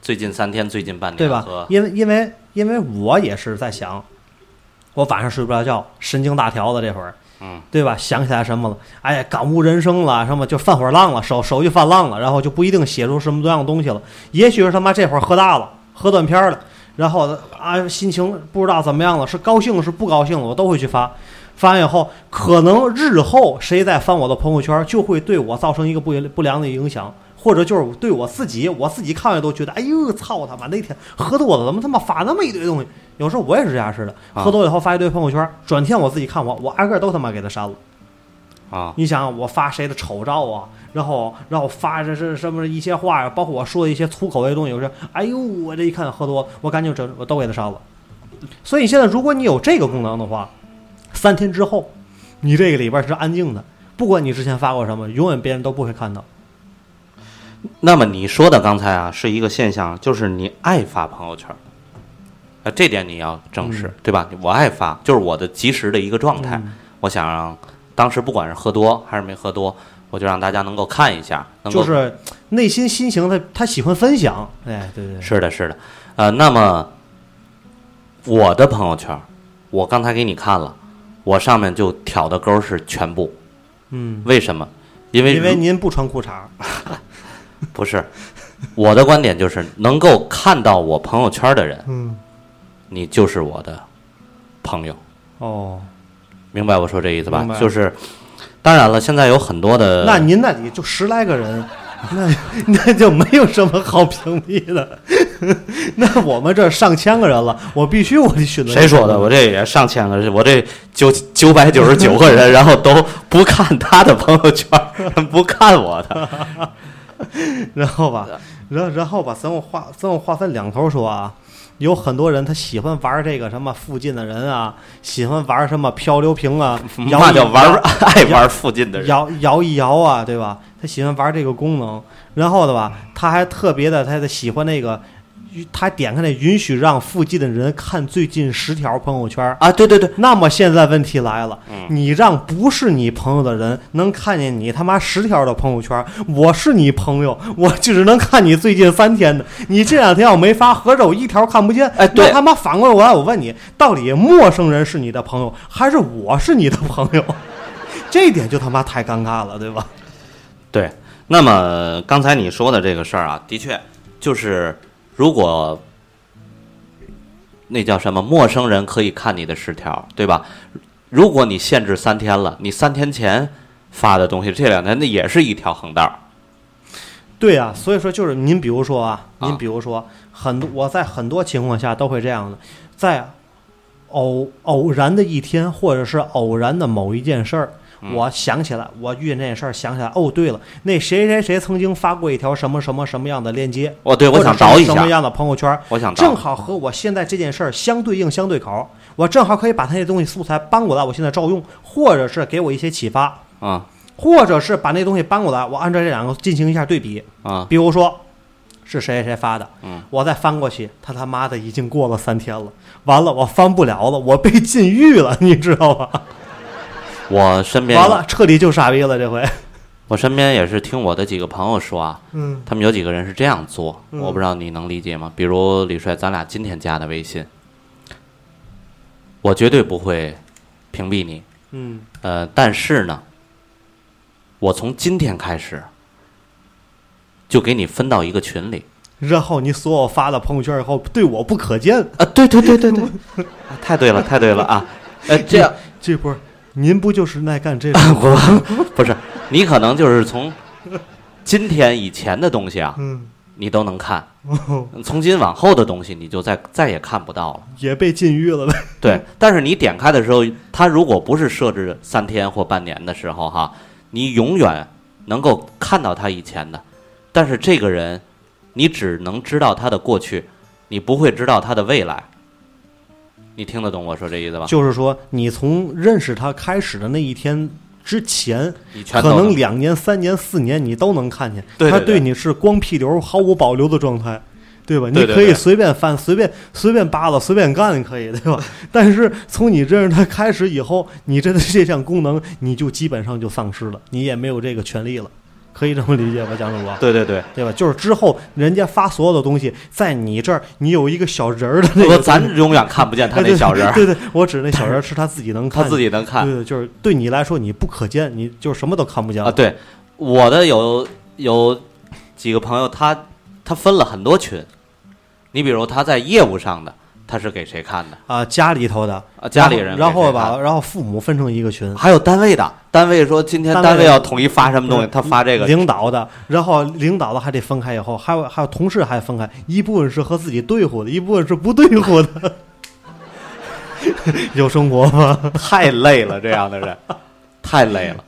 S6: 最近三天、最近半年
S1: 对吧
S6: 和？
S1: 因为因为因为我也是在想，我晚上睡不着觉，神经大条的这会儿，
S6: 嗯，
S1: 对吧？想起来什么了？哎呀，感悟人生了，什么就犯会儿浪了，手手就犯浪了，然后就不一定写出什么多样东西了。也许是他妈这会儿喝大了，喝断片儿了，然后啊心情不知道怎么样了，是高兴是不高兴了，我都会去发。发完以后，可能日后谁再翻我的朋友圈，就会对我造成一个不不良的影响，或者就是对我自己，我自己看了都觉得，哎呦操他妈，那天喝多了怎么他妈发那么一堆东西？有时候我也是这样似的，
S6: 啊
S1: 喝多了以后发一堆朋友圈，转天我自己看我，我挨个都他妈给他删了。
S6: 啊，
S1: 你想我发谁的丑照啊，然后然后发这是什么一些话啊呀，包括我说的一些粗口类东西，我说哎呦，我这一看喝多，我赶紧这我都给他删了。所以现在如果你有这个功能的话，三天之后，你这个里边是安静的，不管你之前发过什么，永远别人都不会看到。
S6: 那么你说的刚才啊，是一个现象，就是你爱发朋友圈儿，啊，这点你要正视，
S1: 嗯
S6: 对吧？我爱发，就是我的及时的一个状态。我想让当时不管是喝多还是没喝多，我就让大家能够看一下，能够
S1: 就是内心心情的，他喜欢分享。哎，对对对，
S6: 是的，是的，呃，那么我的朋友圈儿，我刚才给你看了，我上面就挑的勾是全部，
S1: 嗯，
S6: 为什么？因为
S1: 因为
S6: 如
S1: 您不穿裤衩儿，
S6: 不 是我的观点，就是能够看到我朋友圈的人，
S1: 嗯，
S6: 你就是我的朋友，
S1: 哦，
S6: 明白我说这意思吧
S1: 明白？
S6: 就是，当然了，现在有很多的，
S1: 那您那里就十来个人， 那那就没有什么好屏蔽的。 那我们这上千个人了，我必须我得选择
S6: 谁说的？我这也上千个，我这九九百九十九个人，然后都不看他的朋友圈， 不看我 的，
S1: 然后吧，然后然后吧，咱们划咱们划分两头说啊，有很多人他喜欢玩这个什么附近的人啊，喜欢玩什么漂流瓶啊，摇
S6: 那
S1: 一
S6: 叫玩
S1: 摇
S6: 儿爱玩儿附近的人。
S1: 摇摇一摇啊，对吧？他喜欢玩这个功能，然后的吧，他还特别的，他还得喜欢那个他点开那允许让附近的人看最近十条朋友圈。
S6: 啊，对对对，
S1: 那么现在问题来了，
S6: 嗯
S1: 你让不是你朋友的人能看见你他妈十条的朋友圈，我是你朋友，我就只能看你最近三天的。你这两天要没发，合着我一条看不见。
S6: 哎对
S1: 那他妈反过来，我问你，到底陌生人是你的朋友，还是我是你的朋友？ 这一点就他妈太尴尬了，对吧？
S6: 对，那么刚才你说的这个事儿啊，的确就是，如果那叫什么陌生人可以看你的十条，对吧？如果你限制三天了，你三天前发的东西，这两天那也是一条横道儿。
S1: 对啊，所以说就是您比如说啊，
S6: 啊
S1: 您比如说很多我在很多情况下都会这样的，在偶偶然的一天，或者是偶然的某一件事儿。
S6: 嗯
S1: 我想起来，我遇见这件事儿，想起来，哦，对了，那谁谁谁曾经发过一条什么什么什么样的链接，
S6: 哦，对，我
S1: 或者
S6: 想
S1: 是
S6: 倒一
S1: 什么
S6: 下，
S1: 样的朋友圈，
S6: 我想
S1: 正
S6: 倒，
S1: 好和我现在这件事儿相对应、相对口，我正好可以把他那东西素材搬过来，我现在照用，或者是给我一些启发，
S6: 啊
S1: 或者是把那东西搬过来，我按照这两个进行一下对比，
S6: 啊，
S1: 比如说是谁谁发的，
S6: 嗯
S1: 我再翻过去，他他妈的已经过了三天了，完了我翻不了了，我被禁欲了， 你知道吧？
S6: 我身边
S1: 完了，彻底就傻逼了这回。
S6: 我身边也是听我的几个朋友说啊，
S1: 嗯
S6: 他们有几个人是这样做，
S1: 嗯
S6: 我不知道你能理解吗？比如李帅，咱俩今天加的微信，我绝对不会屏蔽你，
S1: 嗯
S6: 呃，但是呢，我从今天开始就给你分到一个群里
S1: 然后你所有发的朋友圈以后对我不可见，
S6: 啊，对对对对对，啊太对了，太对了啊，呃，这样
S1: 这波您不就是爱干这种？
S6: 我不是你可能就是从今天以前的东西啊，
S1: 嗯，
S6: 你都能看，从今往后的东西你就再再也看不到了。
S1: 也被禁欲了呗？
S6: 对，但是你点开的时候，它如果不是设置三天或半年的时候，哈，你永远能够看到他以前的，但是这个人，你只能知道他的过去，你不会知道他的未来。你听得懂 我说这意思吧？
S1: 就是说，你从认识他开始的那一天。之前
S6: 你全
S1: 可
S6: 都
S1: 能两年、三年、四年，你都能看见
S6: 对对
S1: 他
S6: 对
S1: 对你是光屁流、毫无保留的状态，对吧？
S6: 对
S1: 你
S6: 对
S1: 可以
S6: 对
S1: 随便翻、随便随便扒拉、随便干，可以，对吧？ 但是从你认识他开始以后，你这这项功能你就基本上就丧失了，你也没有这个权利了，可以这么理解吧，蒋主播？
S6: 对对对，
S1: 对吧？就是之后人家发所有的东西，在你这儿你有一个小人儿的 那
S6: 我
S1: 个，
S6: 咱永远看不见 他那小人儿，
S1: 对对，对我指那小人 儿是他自己能看
S6: 他
S1: 见，
S6: 自己能看
S1: 对对，就是对你来说你不可见，你就什么都看不见
S6: 啊。
S1: 了。
S6: 对，我的有有几个朋友，他他分了很多群，你比如他在业务上的，他是给谁看的？
S1: 啊，家里头的，
S6: 啊，家里人
S1: 然后然后
S6: 给谁看
S1: 把然后父母分成一个群，
S6: 还有单位的，单位说今天
S1: 单位
S6: 单位要统一发什么东西，
S1: 不
S6: 他发这个
S1: 领导的，然后领导的还得分开，以后还有还有同事还分开，一部分是和自己对付的，一部分是不对付的。 有生活吗？
S6: 太累了，这样 的人太累了。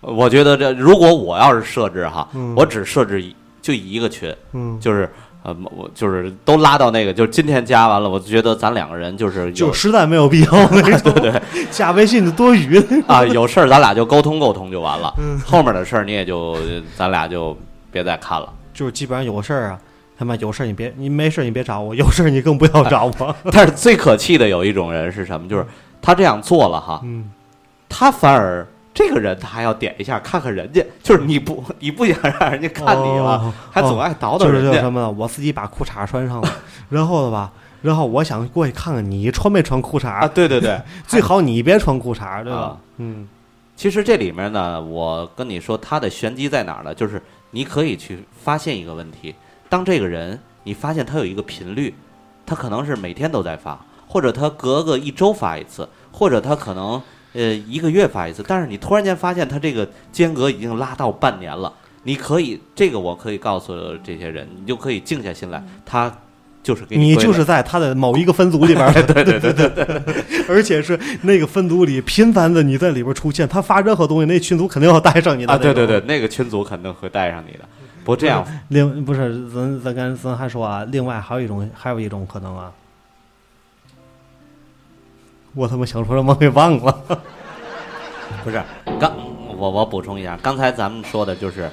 S6: 我觉得这如果我要是设置哈，
S1: 嗯
S6: 我只设置一就一个群，
S1: 嗯，
S6: 就是呃，我就是都拉到那个，就是今天加完了，我就觉得咱两个人就是有
S1: 就实在没有必要那 种，对对，加微信就多余的。
S6: 啊，有事儿咱俩就沟通沟通就完了，
S1: 嗯
S6: 后面的事儿你也就咱俩就别再看了。
S1: 就是基本上有事儿啊，他妈有事儿你别，你没事儿你别找我，有事儿你更不要找我。
S6: 但是最可气的有一种人是什么？就是他这样做了哈，
S1: 嗯，
S6: 他反而这个人他还要点一下看看人家，就是你不你不想让人家看你了，
S1: 哦
S6: 还总爱
S1: 哦
S6: 叨叨
S1: 就是
S6: 人
S1: 叫
S6: 家。
S1: 什么呢？我自己把裤衩穿上了， 然后了吧，然后我想过去看看你穿没穿裤衩
S6: 啊，对对对，
S1: 最好你别穿裤衩，对吧？
S6: 啊
S1: 嗯，
S6: 其实这里面呢，我跟你说，他的玄机在哪儿呢？就是你可以去发现一个问题，当这个人你发现他有一个频率，他可能是每天都在发，或者他隔个一周发一次，或者他可能呃一个月发一次，但是你突然间发现他这个间隔已经拉到半年了，你可以这个我可以告诉这些人，你就可以静下心来，他就是给
S1: 你
S6: 归类
S1: 就是在他的某一个分组 里边儿， 对对对对对，而且是那个分组里频繁的你在里边儿出现，他发任何东西，那群组肯定要带上你的
S6: 啊，
S1: 那种。
S6: 对对对，那个群组肯定会带上你的。不过这样
S1: 另不是咱咱刚咱还说啊，另外还有一种还有一种可能啊，我他妈想说什么给忘了。
S6: 不是刚我我补充一下，刚才咱们说的就是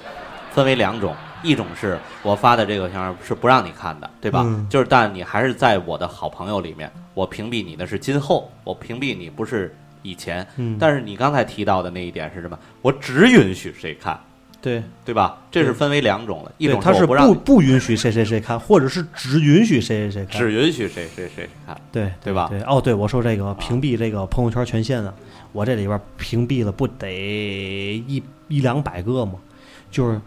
S6: 分为两种，一种是我发的这个像是不让你看的，对吧？
S1: 嗯
S6: 就是但你还是在我的好朋友里面，我屏蔽你的是今后，我屏蔽你不是以前。
S1: 嗯
S6: 但是你刚才提到的那一点是什么？我只允许谁看，
S1: 对，
S6: 对吧？这是分为两种了，一
S1: 对
S6: 种
S1: 他
S6: 我
S1: 是
S6: 不让
S1: 不
S6: 你
S1: 不允许谁谁谁看，或者是只允许谁谁谁看，
S6: 只允许谁谁谁看，
S1: 对
S6: 对吧？
S1: 对，哦，对我说这个屏蔽这个朋友圈权限呢，我这里边屏蔽了不得一一两百个嘛，就是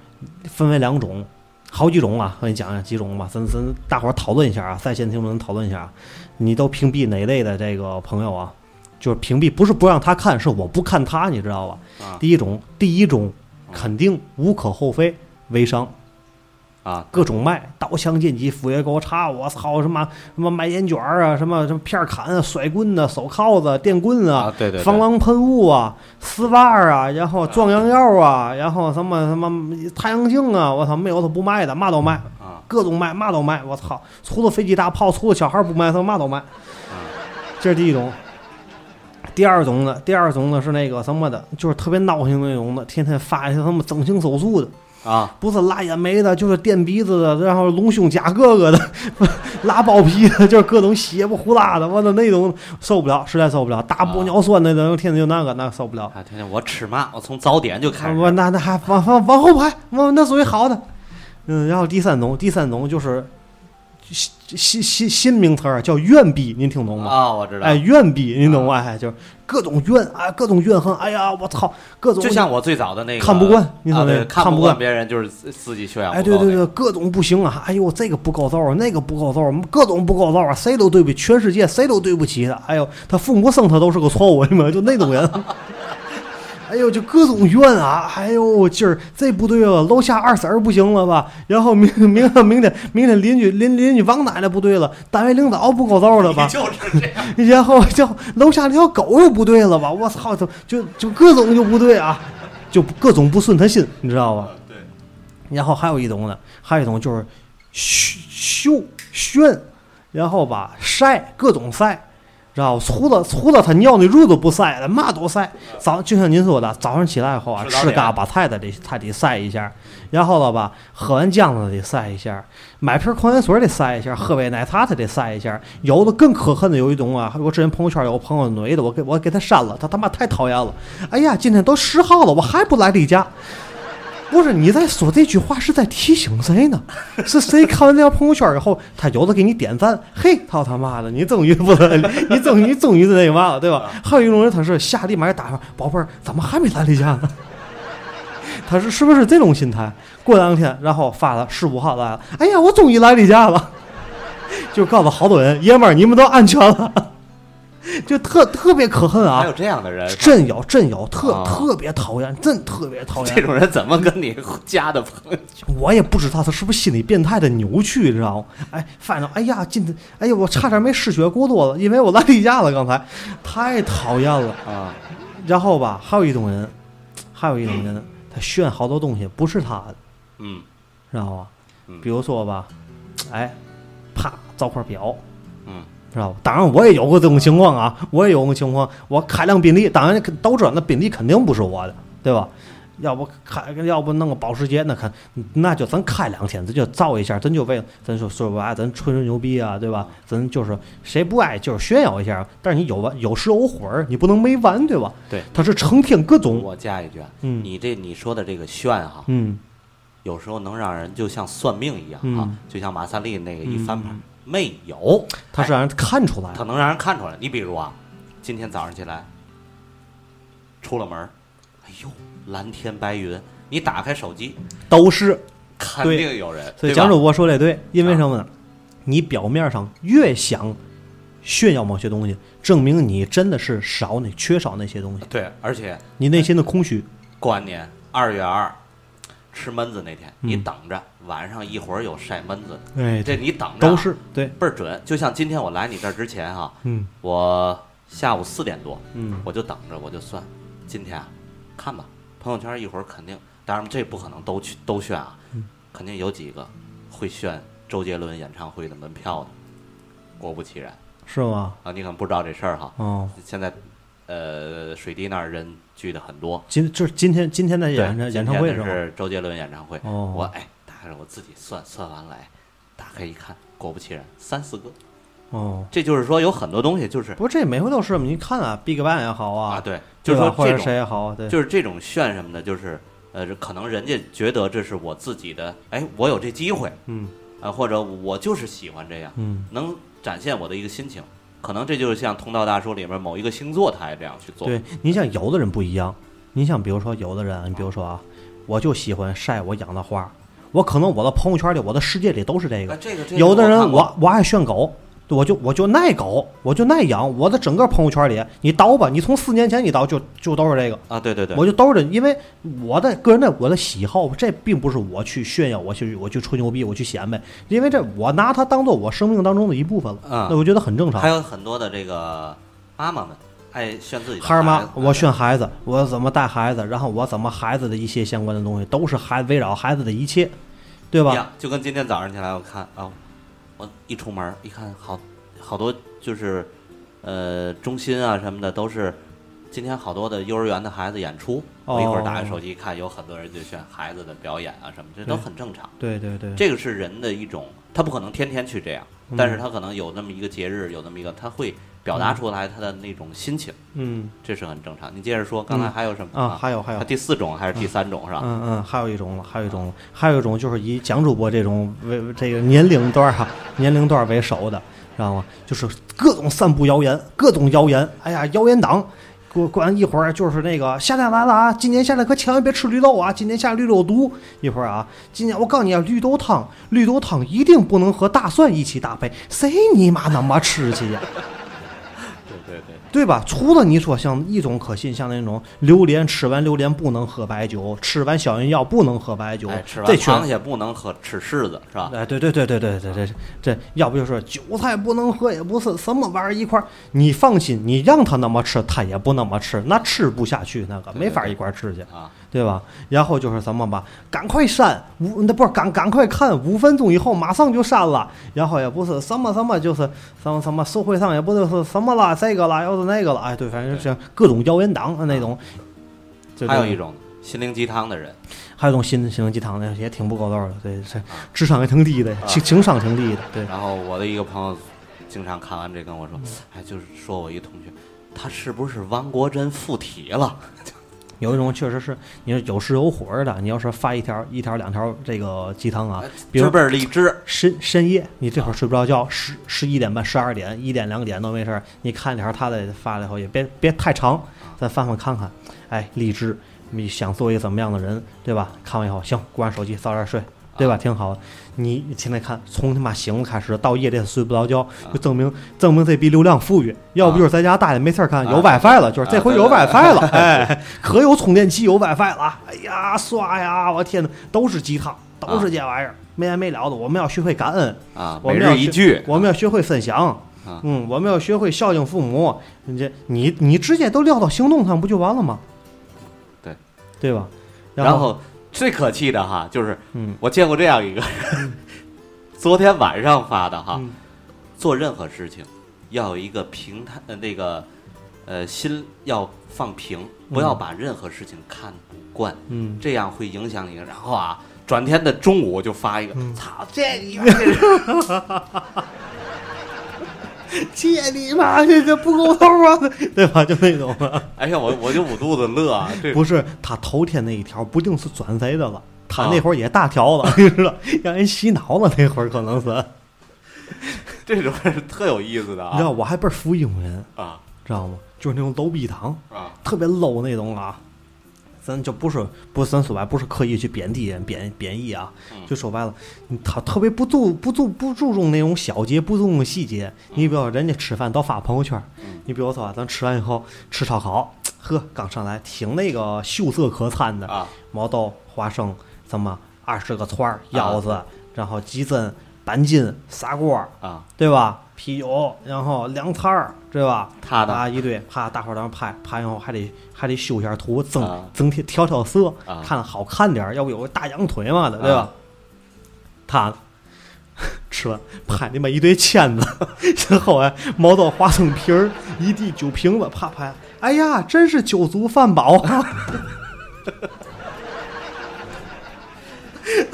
S1: 分为两种，好几种啊，和你讲讲几种吧，咱咱大伙儿讨论一下啊，在线听众讨论一下啊，你都屏蔽哪类的这个朋友啊？就是屏蔽，不是不让他看，是我不看他，你知道吧？
S6: 啊
S1: 第一种，第一种肯定无可厚非，微商。
S6: 啊，
S1: 各种卖，刀枪剑戟斧钺钩叉，我操，什么什么卖烟卷儿啊，什么什么片儿砍啊，甩棍呐、手铐子、电棍啊，
S6: 啊对对对
S1: 防狼喷雾啊，丝袜儿啊，然后壮阳药啊，然后什么什么太阳镜啊，我操，没有他不卖的，嘛都卖
S6: 啊，
S1: 各种卖，嘛都卖，我操，除了飞机大炮，除了小孩儿不卖，他嘛都卖，
S6: 啊
S1: 这是第一种。第二种呢，第二种呢是那个什么的，就是特别闹性那种的，天天发一些什么整形手术的，
S6: 啊
S1: 不是拉眼眉的，就是垫鼻子的，然后隆胸夹个个的， 拉包皮的，就是各种血不呼啦的，我的那种受不了，实在受不了，大玻尿酸那种，天天就那个那受不了。
S6: 啊！听见我吃嘛？我从早点就开始
S1: 我那那还往往往后排，往那属于好的。嗯，然后第三种，第三种就是新新新新名词儿啊叫怨逼，您听懂吗？
S6: 啊，我知道
S1: 哎，，怨逼，您懂吗？哎，就是各种怨啊，各种怨恨。哎呀，我操，各种
S6: 就像我最早的那个
S1: 看不惯你
S6: 啊
S1: 说那
S6: 对
S1: 个
S6: 看
S1: 看不
S6: 惯
S1: 惯
S6: 别人就是自自己修养
S1: 哎，
S6: 啊不
S1: 对
S6: 够
S1: 对
S6: 那
S1: 对，各种不行啊！哎呦，这个不够揍啊，那个不够揍啊，各种不够揍啊，谁都对不起，全世界谁都对不起他。哎呦，他父母生他都是个错误，你 们就那种人。哎呦，就各种怨啊！哎呦，今儿这不对了，楼下二婶儿不行了吧？然后明 明明天明天邻居邻邻居王奶奶不对了，单位领导不够揍了吧？
S6: 就是这 样。
S1: 然后就楼下那条狗又不对了吧？我操，就就就各种就不对啊，就各种不顺他心，你知道吧？
S7: 对，
S1: 然后还有一种呢，还有一种就是秀炫，然后吧晒各种晒，知道吧除了除了他尿那褥子不晒了，嘛都晒。早就像您说的，早上起来后啊，
S6: 吃早
S1: 吃
S6: 点
S1: 嘎巴菜的得他得晒一下，然后了吧喝完酱子得晒一下，买瓶矿泉水得晒一下，喝杯奶茶他得晒一下。有的更可恨的有一种啊，我之前朋友圈有个朋友女的，我给我给他删了，他他妈太讨厌了。哎呀，今天都十号了，我还不来例假。不是你在说这句话是在提醒谁 呢？是谁看完这条朋友圈以后，他有的给你点赞，嘿，操他妈的，你终于不是， 你终于终于是那个嘛了，对
S6: 啊
S1: 吧？还有一种人，他是下立马打上，宝贝儿，怎么还没来例假呢？他是是不是这种心态？过两天，然后发了十五号来了，哎呀，我终于来例假了，就告诉好多人，爷们儿，你们都安全了，就特特别可恨啊
S6: 还有！这样的人，
S1: 真有真有，特、
S6: 啊
S1: 特别讨厌，真特别讨厌
S6: 这。种人怎么跟你家的朋友？
S1: 我也不知道他是不是心理变态的扭曲，知道吗？哎，反正哎呀，今天哎呀，我差点没失血过多了，因为我来例假了，刚才太讨厌了。
S6: 啊
S1: 然后吧，还有一种人，还有一种人，他炫好多东西不是他的，
S6: 嗯
S1: 知道吗
S6: 嗯？
S1: 啊比如说吧，哎，啪造块表，
S6: 嗯
S1: 知道吧？当然我也有过这种情况啊，我也有过情况，我开辆宾利，当然都知道那宾利肯定不是我的，对吧？要不开，要不弄个保时捷，那肯那就咱开两天，咱就造一下，咱就为咱说说白了，咱吹吹牛逼啊，对吧？咱就是谁不爱就是炫耀一下，但是你有完有时有会儿，你不能没完，对吧？
S6: 对，
S1: 他是成天各种，
S6: 我加一句啊，
S1: 嗯
S6: 你这你说的这个炫哈，
S1: 嗯
S6: 有时候能让人就像算命一样啊
S1: 嗯，
S6: 就像马三立那个一
S1: 嗯
S6: 翻盘，没有，
S1: 他是让人看出来
S6: 他
S1: 的，
S6: 能让人看出来。你比如啊，今天早上起来，出了门儿，哎呦，蓝天白云，你打开手机，
S1: 都是。
S6: 肯定有人。
S1: 所以
S6: 对吧啊
S1: 蒋主播说的也对，因为什么呢？你表面上越想炫耀某些东西，证明你真的是少那缺少那些东西，
S6: 对，而且
S1: 你内心的空虚。
S6: 过完年二月二吃焖子那天，
S1: 嗯
S6: 你等着，晚上一会儿有晒焖子，
S1: 哎，
S6: 这你等着啊
S1: 都是对，
S6: 倍儿准。就像今天我来你这儿之前哈、
S1: 嗯
S6: 我下午四点多，
S1: 嗯
S6: 我就等着，我就算，今天啊，看吧，朋友圈一会儿肯定，当然这不可能都去都炫啊，
S1: 嗯
S6: 肯定有几个会炫周杰伦演唱会的门票的。果不其然
S1: 是吗？
S6: 啊，你可能不知道这事儿哈。
S1: 哦，
S6: 现在，呃，水滴那儿人聚的很多，
S1: 今就是今天今天的
S6: 对
S1: 演唱演唱会
S6: 今
S1: 是
S6: 天
S1: 吗？
S6: 是周杰伦演唱会。
S1: 哦
S6: 我哎，大家开始我自己算算完来，打开一看，果不其然，三四个。
S1: 哦，
S6: 这就是说有很多东西就是
S1: 不过这也没回头是，你看啊，Big Bang 也好啊，
S6: 啊，对，
S1: 对
S6: 就是
S1: 吧
S6: 说
S1: 或
S6: 这
S1: 者
S6: 种
S1: 谁也好，啊对，
S6: 就是这种炫什么的，就是呃，可能人家觉得这是我自己的，哎，我有这机会啊、
S1: 嗯
S6: 或者我就是喜欢这样，
S1: 嗯，
S6: 能展现我的一个心情。可能这就是像《通道大叔》里面某一个星座，他也这样去做。
S1: 对，你想有的人不一样，你想比如说有的人，你比如说啊，我就喜欢晒我养的花，我可能我的朋友圈里，我的世界里都是这
S6: 哎，
S1: 个，
S6: 这个这个
S1: 有的人
S6: 看过
S1: 我我爱炫狗，我就我就耐狗，我就耐养，我的整个朋友圈里，你倒吧，你从四年前你倒就就都是这个。
S6: 啊，对对对，
S1: 我就兜着，因为我的个人的我的喜好，这并不是我去炫耀，我去我去吹牛逼，我去显摆，因为这我拿它当做我生命当中的一部分了，
S6: 嗯
S1: 那我觉得很正常
S6: 还。有很多的这个妈妈们爱炫自己的
S1: 孩儿
S6: 孩
S1: 妈
S6: 子，
S1: 我炫孩子，我怎么带孩子，然后我怎么孩子的一些相关的东西，都是孩围绕孩子的一切，对
S6: 一
S1: 吧？
S6: 样，就跟今天早上起来我看啊、我一出门一看好好多就是呃中心啊什么的都是今天好多的幼儿园的孩子演出，
S1: 哦
S6: 我一会儿打开手机一看，有很多人就炫孩子的表演啊什么，这都
S1: 对
S6: 很正常。
S1: 对对对，
S6: 这个是人的一种，他不可能天天去这样，但是他可能有那么一个节日，有那么一个，他会表达出来他的那种心情，
S1: 嗯
S6: 这是很正常。你接着说，刚才
S1: 嗯
S6: 还有什么
S1: 啊，？还有还有
S6: 他，第四种还是第三种是吧？
S1: 嗯嗯，还有一种了，还有一种了，还有一种就是以蒋主播这种为这个年龄段儿哈、年龄段儿为首的，知道吗？就是各种散布谣言，各种谣言，哎呀，谣言党。过过完一会儿就是那个夏天来了啊！今年夏天可千万别吃绿豆啊！今年夏天绿豆有毒。一会儿啊，今年我告诉你啊，绿豆汤，绿豆汤一定不能和大蒜一起搭配，谁你妈那么吃去呀？
S6: 对对对。
S1: 对吧？除了你说像一种可信，像那种榴莲吃完榴莲不能喝白酒，吃完消炎药不能喝白酒，
S6: 哎，吃完
S1: 这嗯全
S6: 螃蟹不能喝吃柿子是吧？
S1: 哎，对对对对对对对，这要不就是韭菜不能喝，也不是什么玩意儿一块儿。你放心，你让他那么吃，他也不那么吃，那吃不下去，那个
S6: 对对
S1: 没法
S6: 对
S1: 一块儿吃去，
S6: 啊，
S1: 对吧？然后就是什么吧，赶快删五，那不是赶赶快看，五分钟以后马上就删了。然后也不是什么什么，就是什么什么社会上也不就是什么了，这个了，又是那个了，哎，对，反正就是各种谣言党那种。就
S6: 啊还有
S1: 这
S6: 一
S1: 种。
S6: 种心灵鸡汤的人，
S1: 还有一种心心灵鸡汤的也挺不够道的，对，这智商也挺低的，情情商挺低的，对。嗯
S6: 然后我的一个朋友经常看完这跟我说，哎，就是说我一同学，他是不是汪国真附体了？
S1: 有一种确实是，你说有实有火儿的，你要是发一条、一条、两条这个鸡汤啊
S6: 哎，
S1: 比
S6: 这
S1: 如
S6: 辈儿荔枝，
S1: 深深夜，你这会儿睡不着觉，十十一点半、十二点、一点、两点都没事儿，你看两条他的发了以后，也别别太长，再翻翻看看。哎，励志，你想做一个怎么样的人，对吧？看完以后，行，关上手机，早点睡，对
S6: 啊
S1: 吧？挺好的。你现在看，从他妈醒了开始到夜里睡不着觉，
S6: 啊
S1: 就证明证明这逼流量富裕，要不就是在家待着没事儿干，有
S6: 啊
S1: WiFi 了，就是这
S6: 啊
S1: 回
S6: 对
S1: 有
S6: 对
S1: WiFi 了，哎，可有充电器，有 WiFi 了。哎呀，刷呀，我天哪，都是鸡汤，都是这玩意儿，没完没了的。我们要学会感恩，
S6: 啊，
S1: 我
S6: 每
S1: 们要
S6: 日一句，
S1: 我们要学会分享
S6: 啊，
S1: 嗯，我们要学会孝敬父母。你这你你直接都撂到行动上不就完了吗？
S6: 对，
S1: 对吧？
S6: 然
S1: 后
S6: 后最可气的哈，就是
S1: 嗯
S6: 我见过这样一个人， 昨天晚上发的哈，
S1: 嗯
S6: 做任何事情要有一个平坦呃那个呃心要放平，不要把任何事情看不惯，
S1: 嗯，
S6: 这样会影响你。然后啊，转天的中午我就发一个，
S1: 嗯
S6: 操这你妈这人
S1: 姐你妈这这不够头啊， 对吧？就那种。 啊
S6: 哎呀，我我就捂肚子乐啊，这
S1: 不是他头天那一条不定是转谁的了，他
S6: 啊啊
S1: 那会儿也大条了，你知道，让人洗脑了那会儿可能是，
S6: 这种是特有意思的
S1: 你知道
S6: 啊
S1: 我还倍儿服英国人，
S6: 啊
S1: 知道吗？就是那种 low 逼党，
S6: 啊
S1: 特别 low 那种啊。咱就不是不是咱说白了不是刻意去贬低人贬贬义啊，就说白了，他特别不注不注不注重那种小节，不注重细节。你比如说人家吃饭都发朋友圈，你比如说啊，咱吃完以后吃烧烤，呵，刚上来挺那个秀色可餐的，
S6: 啊
S1: 毛豆、花生，什么二十个串儿、腰子，然后鸡胗、板筋、砂锅，
S6: 啊，
S1: 对吧？啤酒，然后凉菜儿，对吧？
S6: 他呢
S1: 啊一堆，怕大伙儿当时拍拍完后还得还得修一下图，增、
S6: 啊
S1: 增添调调色，
S6: 啊
S1: 看好看点儿，要不有个大羊腿嘛的，对吧？
S6: 啊
S1: 他吃完拍那么一堆签子，然后哎，毛豆花生皮儿，一地酒瓶子，啪拍，哎呀，真是酒足饭饱啊！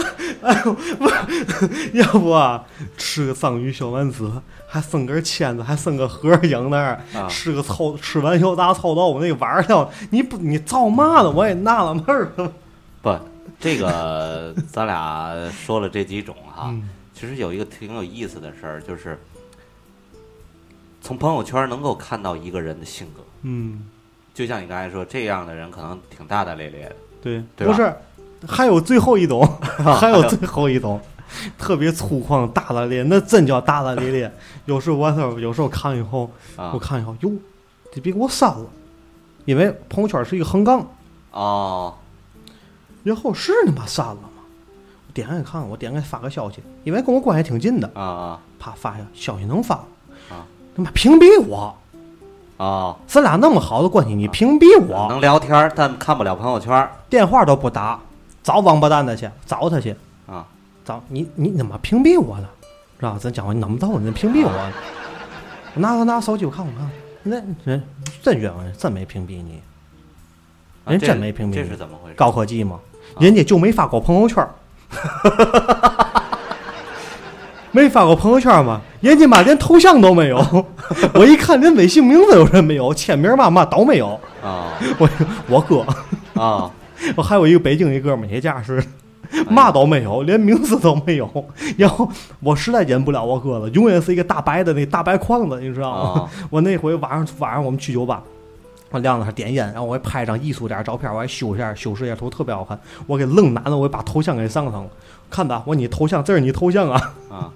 S1: 哎呦，不，要不啊，吃个章鱼小丸子，还剩根签子，还剩个盒儿养那儿，
S6: 啊
S1: 吃个臭，吃完小大臭豆腐那个玩意儿了，你不你造嘛呢？我也纳了闷儿了。
S6: 不，这个咱俩说了这几种哈、
S1: 嗯
S6: 其实有一个挺有意思的事儿，就是从朋友圈能够看到一个人的性格。
S1: 嗯，
S6: 就像你刚才说，这样的人可能挺大大咧咧的，
S1: 对，
S6: 对吧
S1: 不是，还有最后一 种， 还有最后一种，特别粗犷大大咧，咧，那真叫大大咧 咧。有时候我操，有时候看以后，
S6: 啊
S1: 我看以后，哟，这别给我删了，因为朋友圈是一个横杠，
S6: 哦，
S1: 然后是你妈删了吗？我点开看看，我点开发个消息，因为跟我关系挺近的，
S6: 啊啊
S1: 啪发下消息能发吗
S6: 啊，
S1: 他妈屏蔽我，
S6: 哦，
S1: 咱俩那么好的关系，你屏蔽我，
S6: 啊能聊天儿，但看不了朋友圈儿
S1: 电话都不打，找王八蛋的去，找他去，
S6: 啊。
S1: 找你你怎么屏蔽我了？是吧？咱讲话你能不到，你能屏蔽我了？我拿我拿手机我看我看，那人真冤枉人，真没屏蔽你，
S6: 啊
S1: 人
S6: 这
S1: 真哎没屏蔽
S6: 这
S1: 你
S6: 是怎么回事？
S1: 高科技嘛，
S6: 啊
S1: 人家就没发过朋友圈儿， 没发过朋友圈儿嘛，人家妈连头像都没有， 我一看连微信名字有人没有，签名嘛嘛都没有，
S6: 啊
S1: 我我哥，
S6: 啊，
S1: 我还有一个北京一哥们儿也架势，
S6: 哎
S1: 嘛都没有，连名字都没有，然后我实在忍不了我哥了，永远是一个大白的那大白框子，你知道吗？
S6: 哦
S1: 我那回晚上晚上我们去酒吧，我晾着他点烟，然后我还拍张艺术点儿照片，我还修一下修饰一下头，特别好看。我给愣男的，我给把头像给上上了，看吧，我说你头像这是你头像啊，
S6: 啊，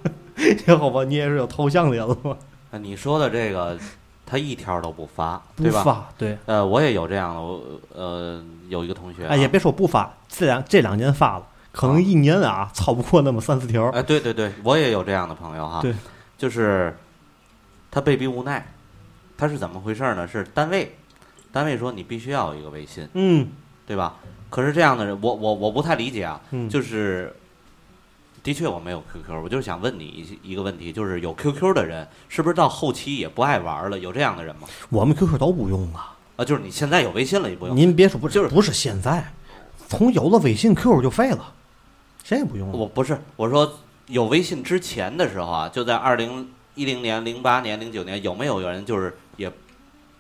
S1: 然后吧，你也是有头像的人了吗？
S6: 那你说的这个，他一条都不发，
S1: 不
S6: 对吧？
S1: 发，对，
S6: 呃，我也有这样的，我呃有一个同学、啊，
S1: 哎，也别说不发，这两这两年发了，可能一年啊超不过那么三四条。
S6: 哎，对对对，我也有这样的朋友哈。
S1: 对，
S6: 就是他被逼无奈，他是怎么回事呢？是单位，单位说你必须要有一个微信，
S1: 嗯
S6: 对吧？可是这样的人，我我我不太理解啊。
S1: 嗯，
S6: 就是的确我没有 QQ，我就是想问你一一个问题，就是有 QQ 的人是不是到后期也不爱玩了？有这样的人吗？
S1: 我们 QQ 都不用啊，
S6: 啊，就是你现在有微信了，你不用。
S1: 您别说不
S6: 就是
S1: 不是现在，从有了微信 QQ 就废了，谁也不用啊了。
S6: 我不是，我说有微信之前的时候啊，就在二零一零年、零八年、零九年，有没有有人就是也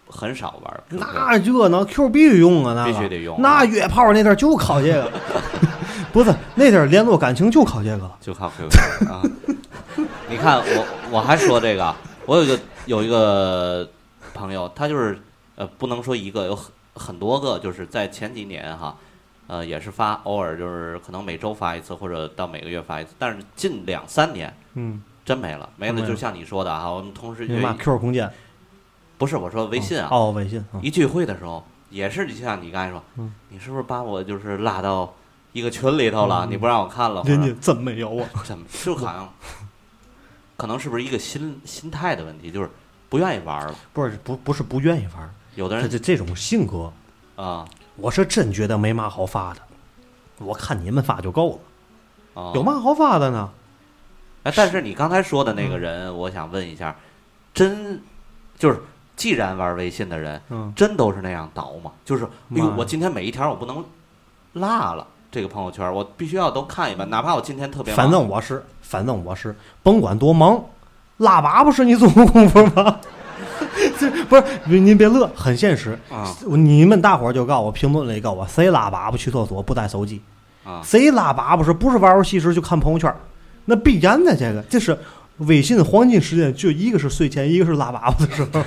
S6: 很少玩 QQ？
S1: 那热闹 Q 必须用啊，那个
S6: 必须得用啊
S1: 那约炮那阵儿就靠这个， 不是那阵儿联络感情就靠这个了。
S6: 就靠 QQ 啊！ 你看我，我还说这个啊，我有一个有一个朋友，他就是呃，不能说一个，有很很多个，就是在前几年哈，呃，也是发，偶尔就是可能每周发一次，或者到每个月发一次，但是近两三年
S1: 嗯，
S6: 真没了，没
S1: 没
S6: 了。
S1: 了
S6: 就像你说的啊哈，我们同事
S1: 那嘛 QQ 空间、
S6: 不是我说微信啊，
S1: 哦，微信啊，
S6: 一聚会的时候，也是就像你刚才说，
S1: 嗯
S6: 你是不是把我就是拉到一个群里头了？
S1: 嗯
S6: 你不让我看了，
S1: 人
S6: 或
S1: 家
S6: 者
S1: 真没有 啊。
S6: 怎么就好像，可能是不是一个心心态的问题，就是不愿意玩了。
S1: 不是不不是不愿意玩儿，
S6: 有的
S1: 他
S6: 人
S1: 这这种性格，
S6: 啊
S1: 我是真觉得没嘛好发的。我看你们发就够了，
S6: 啊
S1: 有？嘛好发的呢？
S6: 哎，但是你刚才说的那
S1: 嗯
S6: 个人，我想问一下，真就是既然玩微信的人，
S1: 嗯，
S6: 真都是那样倒吗？就是哎呦
S1: 妈呀，
S6: 我今天每一条我不能落了。这个朋友圈我必须要都看
S1: 嗯
S6: 一遍，哪怕我今天特别忙
S1: 反正我是，反正我是，甭管多忙，拉粑粑是你做功夫吗？ 这不是您您别乐，很现实。
S6: 啊
S1: 你们大伙儿就告我评论里告我，谁拉粑粑去厕所不带手机？
S6: 啊
S1: 谁拉粑粑是不是玩游戏时就看朋友圈儿？那必然的，这个这是微信黄金时间，就一个是睡前，一个是拉粑粑的时 候。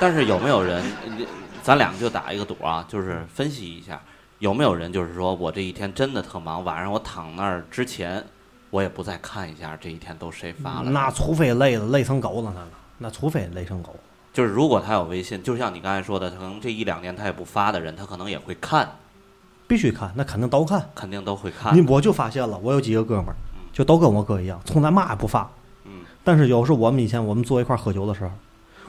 S6: 但是有没有人，呃咱俩就打一个赌啊，就是分析一下，有没有人就是说我这一天真的特忙，晚上我躺那儿之前，我也不再看一下这一天都谁发了。
S1: 啊那除非累了，累成狗了，那个，那除非累成狗。
S6: 就是如果他有微信，就像你刚才说的，可能这一两年他也不发的人，他可能也会看，
S1: 必须看，那肯定都看。
S6: 肯定都会看
S1: 你。我就发现了，我有几个哥们儿，就都跟我哥一样，从来嘛也不发。
S6: 嗯，
S1: 但是有时候我们以前我们坐一块儿喝酒的时候，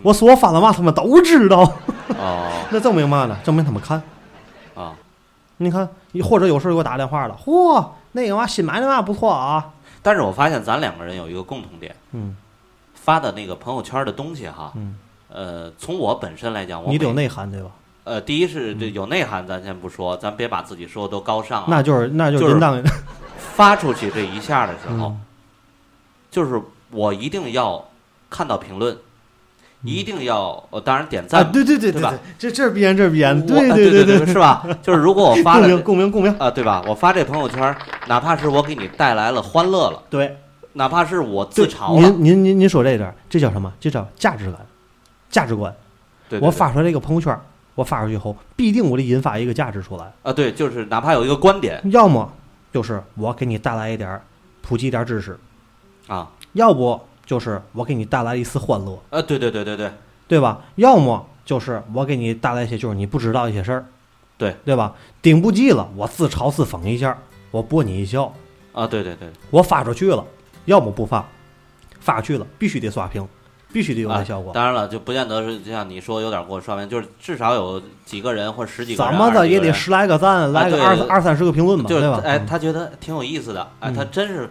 S1: 我说我发了嘛，他们都知道。
S6: 哦
S1: 那证明嘛呢？证明他们看。
S6: 哦，
S1: 你看，你或者有时候给我打电话了，嚯，那个嘛新买的嘛不错啊。
S6: 但是我发现咱两个人有一个共同点，
S1: 嗯，
S6: 发的那个朋友圈的东西哈，
S1: 嗯
S6: 呃，从我本身来讲，我
S1: 你得有
S6: 每
S1: 内嗯涵对吧？
S6: 呃，第一是这有内涵，咱先不说，咱别把自己说的都高尚啊。
S1: 那就是那就
S6: 就是
S1: 人当嗯
S6: 发出去这一下的时候，就是我一定要看到评论，一定要呃，当然点
S1: 嗯啊，
S6: 赞嘛，
S1: 对对对
S6: 对
S1: 对
S6: 吧，
S1: 这这是必然，这是必然，
S6: 我
S1: 对
S6: 啊
S1: 对
S6: 对
S1: 对
S6: 对，是吧？就是如果我发
S1: 共
S6: 了
S1: 鸣共鸣共鸣，
S6: 啊，对吧？我发这朋友圈，哪怕是我给你带来了欢乐了，
S1: 对，
S6: 哪怕是我自
S1: 对
S6: 嘲了，
S1: 您您您您说这一段，这叫什么？这叫价值感，价值观。
S6: 对对
S1: 我
S6: 对
S1: 发出来这个朋友圈，我发出去以后，必定我得引发一个价值出来，
S6: 啊，对，就是哪怕有一个观点
S1: 要么就是我给你带来一点儿普及一点儿知识，
S6: 啊，
S1: 要不就是我给你带来一丝欢乐，
S6: 啊，对对对对对，
S1: 对吧？要么就是我给你带来一些就是你不知道一些事儿，
S6: 对
S1: 对吧？顶不济了，我自嘲自讽一下，我博你一笑，
S6: 啊，对对对，
S1: 我发出去了，要么不发，发去了必须得刷屏，必须得有那效果。
S6: 啊。当然了，就不见得是就像你说有点过刷屏，就是至少有几个人或者十几个
S1: 怎
S6: 人，
S1: 么的也得
S6: 20
S1: 十来个赞，来个
S6: 对
S1: 二
S6: 对对
S1: 二三十个评论吧，
S6: 几个人，
S1: 对
S6: 就是
S1: 吧？
S6: 哎，
S1: 嗯
S6: 他觉得挺有意思的，哎，
S1: 嗯
S6: 他真是，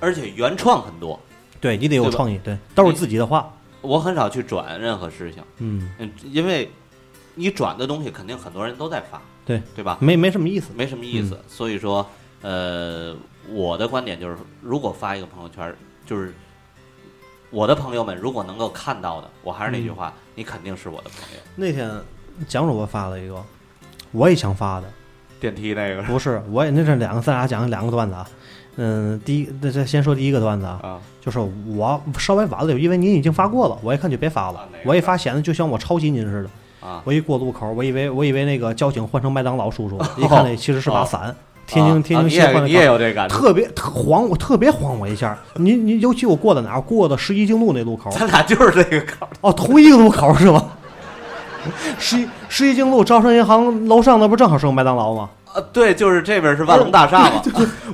S6: 而且原创很多。
S1: 对你得有
S6: 对吧
S1: 创意，对，都是自己的话，
S6: 我很少去转任何事情，
S1: 嗯，
S6: 嗯，因为你转的东西肯定很多人都在发，
S1: 对嗯
S6: 对吧？
S1: 没没什么意思，
S6: 没什么意思。所以说，呃，我的观点就是，如果发一个朋友圈，就是我的朋友们如果能够看到的，我还是那
S1: 嗯
S6: 句话，你肯定是我的朋友。
S1: 那天蒋主播发了一个，我也想发的，
S6: 电梯那个
S1: 不是，我也那是两个，咱俩讲两个段子啊。嗯，第一，那这先说第一个段子啊，
S6: 啊，
S1: 就是我稍微晚了，因为您已经发过了，我一看就别发了
S6: 啊哪，个
S1: 我一发显得就像我抄袭您似的。
S6: 啊
S1: 我一过路口，我以为我以为那个交警换成麦当劳叔叔 了，一看那其实是把伞。 天津天津
S6: 哦你
S1: 新换
S6: 也
S1: 的
S6: 啊你也有这感觉，
S1: 特别特晃我，特别晃我一下。你你尤其我过的哪儿？过的十一经路那路口，
S6: 咱俩就是这个口儿
S1: 哦，同一个路口是吗？ 十一十一经路招商银行楼上那不正好是个麦当劳吗？
S6: 啊， 对，就是这边是万隆大 厦嘛，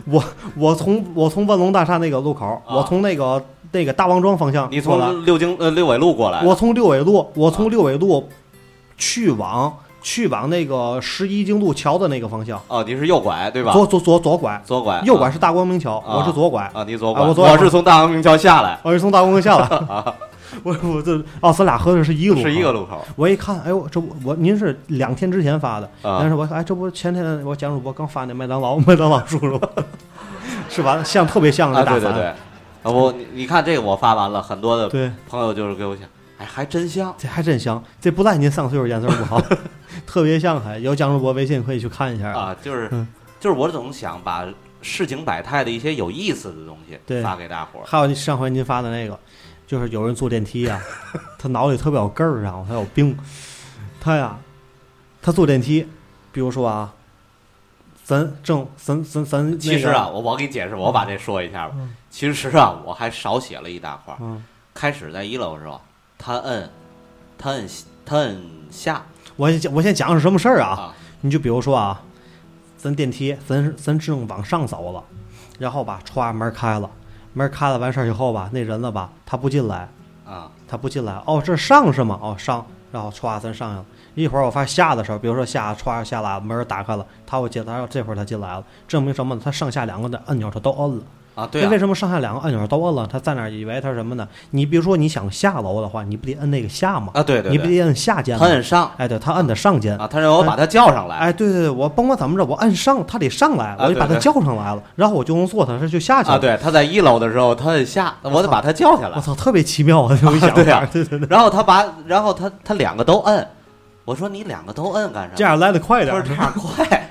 S1: 我我从我从万隆大厦那个路口，我从那个那个大王庄方向
S6: 啊你
S1: 过来，
S6: 从六经呃六纬路过来，
S1: 我从六纬路，我从六纬
S6: 啊
S1: 路去往去往那个十一经路桥的那个方向，
S6: 哦，你是右拐对吧？
S1: 左左左左拐，
S6: 左拐，
S1: 右拐是大光明桥，
S6: 啊
S1: 我是左拐，
S6: 啊，你左
S1: 啊
S6: 拐，
S1: 我左拐
S6: 我是从大明桥下来，
S1: 我是从大光明 下来。我我这哦，咱俩合着是一个路口，
S6: 是一个路口
S1: 我一看，哎呦，这不我您是两天之前发的，
S6: 啊
S1: 但是我哎，这不是前天我蒋主播刚发那麦当劳 麦当劳叔叔吗，是吧？像特别像
S6: 啊，
S1: 那大
S6: 对
S1: 凡，
S6: 对对，啊，我你你看这个我发完了，很多的
S1: 对
S6: 朋友就是给我讲，哎，还真像。
S1: 这还真像，这不赖您上岁数眼色不好， 特别像还有蒋主播微信可以去看一下，
S6: 啊，就是、
S1: 嗯
S6: 就是我总想把市井百态的一些有意思的东西
S1: 对
S6: 发给大伙儿。
S1: 还有上回您发的那个，就是有人坐电梯 啊，他脑里特别有根儿，然后他有病，他呀，他坐电梯，比如说啊，咱正咱咱咱那个嗯
S6: 其实啊，，我我给你解释，我把这说一下吧。其实啊，我还少写了一大块儿。
S1: 嗯。
S6: 开始在一楼的时候，他摁，他摁，他摁下
S1: 我先我先讲是什么事儿啊？
S6: 啊
S1: 你就比如说啊，咱电梯，咱咱正往上走了，然后吧，歘门开了，门开了完事儿以后吧，那人了吧，他不进来，
S6: 啊
S1: 他不进来，哦，这上是吗？哦，上，然后歘，咱上去了。一会儿我发现下的时候，比如说下歘下来，门打开了，他会进来，这会儿他进来了，证明什么呢？他上下两个的按钮他都摁了。
S6: 啊，对
S1: 那为
S6: 啊，
S1: 什么上下两个按钮都摁了？他在那儿以为他是什么呢？你比如说你想下楼的话，你不得摁那个下吗？
S6: 啊对对
S1: 你不
S6: 对，
S1: 得摁下键吗
S6: 他？摁上
S1: 哎，对，他摁的上键
S6: 啊，他让我把他叫上来。
S1: 哎，对对对，我甭管怎么着，我按上，他得上来，
S6: 啊
S1: 我就把他
S6: 对对
S1: 叫上来了，然后我就能坐他，他就下去了。
S6: 啊，，对，他在一楼的时候，他摁下，我得把他叫下来
S1: 我。操，特别奇妙啊，这种想
S6: 对
S1: 法。
S6: 啊
S1: 对对对，
S6: 然后他把，然后他他两个都摁，我说你两个都摁干啥？
S1: 这样来的快点
S6: 不
S1: 儿
S6: 是。这样快。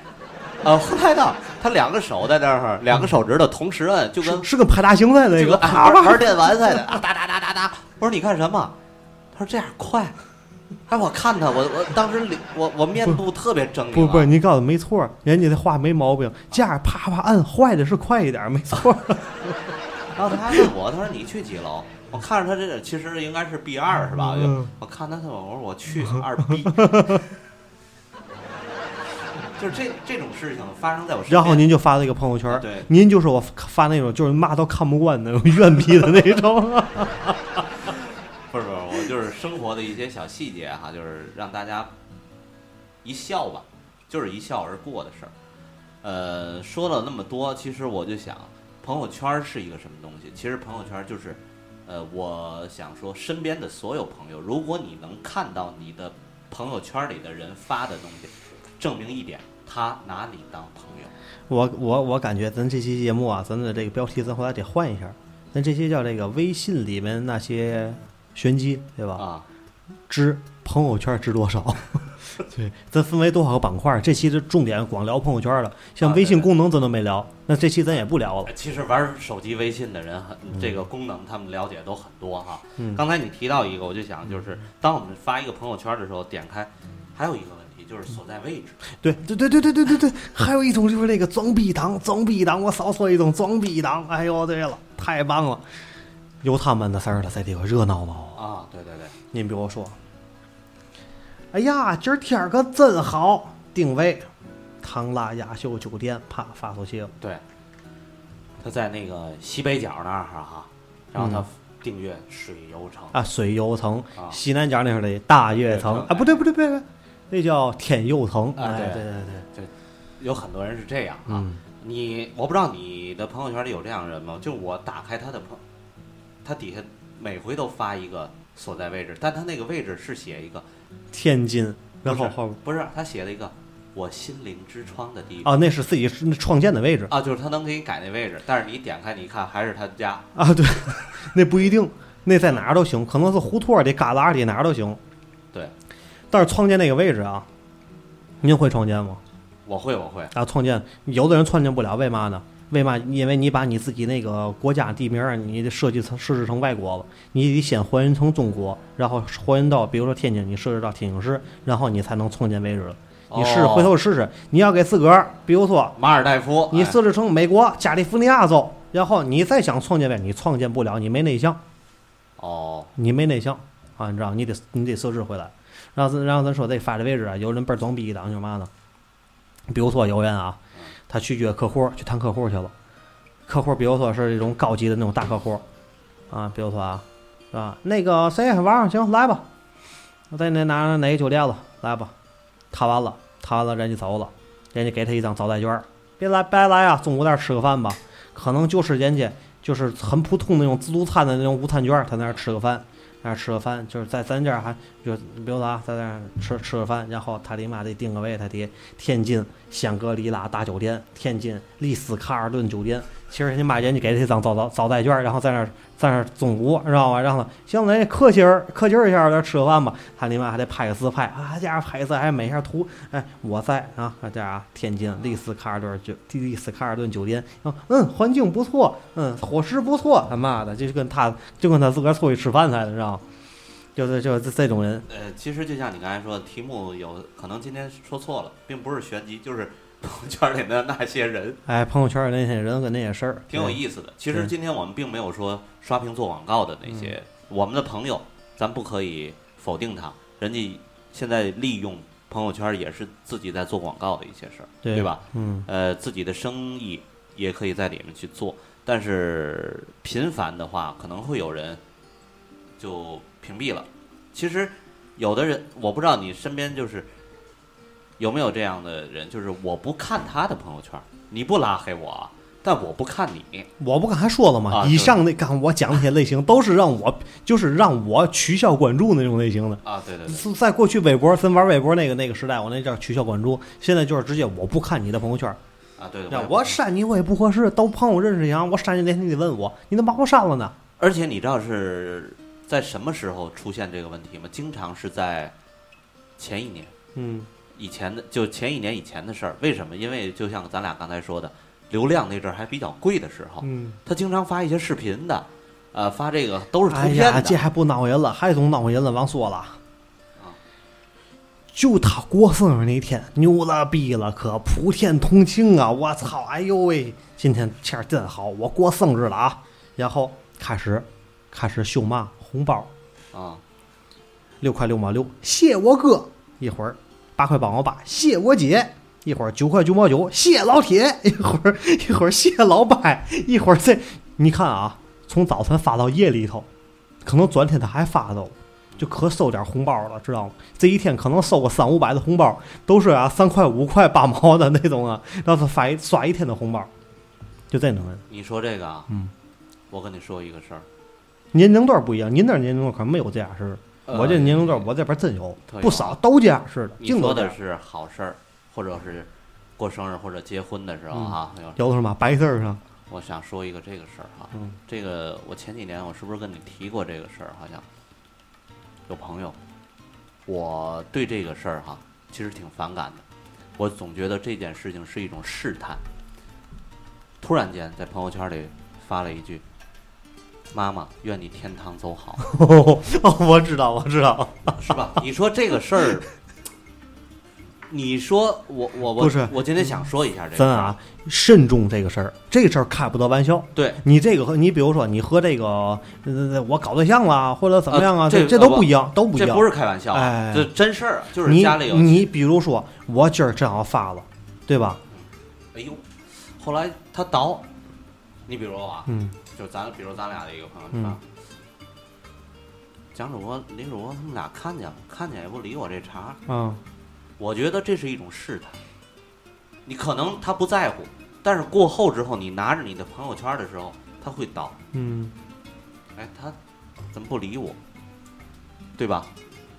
S6: 啊，后来呢，他两个手在那儿，两个手指头同时摁，就跟
S1: 是是跟派大星在那
S6: 就
S1: 个
S6: 跟啊
S1: 啪
S6: 玩
S1: 啪
S6: 玩电玩似的，啊哒哒哒哒哒。我说你干什么？他说这样快。哎，我看他，我我当时脸我我面部特别狰狞啊。
S1: 不不，你告诉我没错儿，人家这话没毛病。这样啪啪按坏的是快一点儿，没错儿。
S6: 然后他还问我，他说你去几楼？我看着他这其实应该是 B 二是吧？
S1: 嗯
S6: 就我看他他我说我去 二 B，就是这这种事情发生在我身边。
S1: 然后您就发了一个朋友圈儿，
S6: 对
S1: 您就是我发那种就是骂到看不惯的那种怨逼的那种。
S6: 不是不是，我就是生活的一些小细节哈，就是让大家一笑吧，就是一笑而过的事儿。呃，说了那么多，其实我就想，朋友圈是一个什么东西？其实朋友圈就是，呃，我想说，身边的所有朋友，如果你能看到你的朋友圈里的人发的东西，证明一点，他拿你当朋友。
S1: 我我我感觉咱这期节目啊，咱的这个标题咱回来得换一下，咱这期叫这个微信里面那些玄机，对吧？
S6: 啊，
S1: 知朋友圈知多少？ 对，咱分为多少个板块？这期的重点光聊朋友圈了，像
S6: 啊
S1: 微信
S6: 对对
S1: 功能咱都没聊，那这期咱也不聊了。
S6: 哎其实玩手机微信的人很，这个功能他们了解都很多哈。
S1: 嗯
S6: 刚才你提到一个，我就想就是，当我们发一个朋友圈的时候，点开，还有一个问题就是所在位置。
S1: 对对对对对对对对，还有一种就是那个装逼党，装逼党，我少说一种装逼党。哎呦，对了，太棒了，有他们的事儿了，在这个热闹吗？
S6: 啊，对对对，
S1: 您别我说，哎呀，今儿天儿可真好，定位唐拉雅秀酒店，啪发出去了。
S6: 对，他在那个西北角那儿哈，然后他订阅水游城
S1: 嗯啊，水游城，
S6: 啊
S1: 西南角那是的大悦城
S6: 对
S1: 啊，不对不对不对，那叫天佑城。
S6: 啊
S1: 哎，
S6: 对
S1: 对对对，
S6: 有很多人是这样啊。
S1: 嗯
S6: 你我不知道你的朋友圈里有这样的人吗？就我打开他的朋，他底下每回都发一个所在位置，但他那个位置是写一个，
S1: 天津，然后
S6: 不是
S1: 后边
S6: 不是他写了一个我心灵之窗的地方
S1: 啊，那是自己是创建的位置
S6: 啊就是他能给你改那位置，但是你点开你一看还是他家，
S1: 啊，对， 那不一定，那在哪儿都行，可能是胡同儿里、旮旯里哪儿都行。
S6: 对，
S1: 但是创建那个位置啊，您会创建吗？
S6: 我会我会
S1: 啊，创建有的人创建不了，为嘛呢？为嘛？因为你把你自己那个国家地名儿，你得设计成设置成外国了，你得先还原成中国，然后还原到比如说天津，你设置到天津市，然后你才能创建为止。你试试
S6: 哦
S1: 回头试试，你要给自个儿，比如说
S6: 马尔代夫，
S1: 你
S6: 哎
S1: 设置成美国加利福尼亚州，然后你再想创建位，你创建不了，你没内向，
S6: 哦
S1: 你没内向啊，你知道，你得你得设置回来。然后咱然后咱说这发的位置啊，有人倍儿装逼的，你知道嘛呢？比如说有人啊，他去约客户去谈客户去了，客户比如说是一种高级的那种大客户啊，比如说啊啊那个谁晚上行来吧，我在那哪哪个酒店了来吧，谈完了谈完了人家走了，人家给他一张招待券儿，别来白来啊，中午在这儿吃个饭吧，可能就是人家就是很普通的那种自助餐的那种午餐券儿，他在那儿吃个饭。那儿吃个饭，就是在咱这儿还就比如说啊，在那儿吃吃个饭，然后他的妈得定个位，他得天津香格里拉大酒店、天津丽思卡尔顿酒店。其实人家妈人家给他一张招招招待券儿，然后在那儿在那儿中午，知道吗？然后行，咱也客气儿客气儿一下，在这儿吃个饭吧。他的妈还得拍个自拍啊，家伙拍自还美一下图。哎，我在啊，这样啊，天津丽思卡尔顿酒丽思卡尔顿酒店，啊嗯，环境不错，嗯，伙食不错，他妈的，就是跟他就跟他自个儿出去吃饭似的，你知道吗？就是就是这这种人，
S6: 呃，其实就像你刚才说，的，题目有可能今天说错了，并不是玄机，就是朋友圈里的那些人，
S1: 哎，朋友圈儿里那些人跟那些事儿
S6: 挺有
S1: 对
S6: 意思的。其实
S1: 对
S6: 今天我们并没有说刷屏做广告的那些、
S1: 嗯
S6: 我们的朋友，咱不可以否定他，人家现在利用朋友圈也是自己在做广告的一些事儿，
S1: 对
S6: 对吧？？
S1: 嗯，
S6: 呃，自己的生意也可以在里面去做，但是频繁的话，可能会有人就屏蔽了。其实有的人，我不知道你身边就是有没有这样的人，就是我不看他的朋友圈，你不拉黑我啊，但我不看你。
S1: 我不刚才说了吗？
S6: 啊
S1: 以上那刚我讲那些类型， 都是让我就是让我取消关注那种类型的。
S6: 啊，对对对，
S1: 是在过去微博分玩微博那个那个时代，我那叫取消关注，现在就是直接我不看你的朋友圈，
S6: 啊对对，
S1: 那
S6: 也
S1: 我删你我也不合适，都朋友认识一样，我删你那天你得问我，你怎么把我删了呢？
S6: 而且你知道是在什么时候出现这个问题吗？经常是在前一年。
S1: 嗯，
S6: 以前的就前一年以前的事儿，为什么？因为就像咱俩刚才说的，流量那阵儿还比较贵的时候，
S1: 嗯，
S6: 他经常发一些视频的，呃，发这个都是图
S1: 哎
S6: 片
S1: 呀，这
S6: 的。
S1: 还不闹人了，还总闹人了，忘说了。就他过生日那天，牛了逼了，可普天同庆啊！我操，哎呦喂，今天天儿真好，我过生日了啊！然后开始，开始秀嘛红包，
S6: 啊、
S1: 六块六毛六，谢我哥。一会儿八块八毛八，谢我姐。一会儿九块九毛九，谢老铁。一会儿一会儿谢老白，一会儿这你看啊，从早晨发到夜里头，可能转天他还发到，就可收点红包了，知道吗？这一天可能收个三五百的红包，都是啊三块五块八毛的那种啊，让他发一刷一天的红包，就这种人。
S6: 你说这个啊，
S1: 嗯，
S6: 我跟你说一个事儿，
S1: 年龄段不一样，您那年龄段可没有这样式的。我这年龄段，
S6: 呃
S1: 我这边真有
S6: 特有啊
S1: 不少都这样式的，
S6: 你
S1: 净都
S6: 说
S1: 这样
S6: 的。是好事儿，或者是过生日或者结婚的时候哈、有
S1: 有的什么白字儿上，
S6: 我想说一个这个事儿哈、
S1: 嗯
S6: 这个我前几年我是不是跟你提过这个事儿？好像有朋友，我对这个事儿哈、其实挺反感的，我总觉得这件事情是一种试探。突然间在朋友圈里发了一句：“妈妈，愿你天堂走好。”
S1: 哦，我知道，我知道，
S6: 是吧？你说这个事儿，你说我我我
S1: 不是
S6: 我今天想说一下这个事
S1: 咱
S6: 儿
S1: 啊，慎重这个事儿，这事儿开不得玩笑。
S6: 对
S1: 你这个和你比如说你和这个呃我搞对象啦，或者怎么样啊，
S6: 呃
S1: 这
S6: 这
S1: 都不一样，都不一
S6: 这
S1: 样。
S6: 不是开玩笑啊，
S1: 哎
S6: 这真事儿啊，就是
S1: 你
S6: 家里有
S1: 你比如说我今儿正好发了，对吧？
S6: 哎呦，后来他倒，你比如说啊，
S1: 嗯，
S6: 就咱比如咱俩的一个朋友
S1: 嗯
S6: 圈，蒋主播、李主播他们俩看见了，看见也不理我这茬儿，
S1: 啊，
S6: 我觉得这是一种试探。你可能他不在乎，但是过后之后，你拿着你的朋友圈的时候，他会倒。
S1: 嗯，
S6: 哎，他怎么不理我？对吧？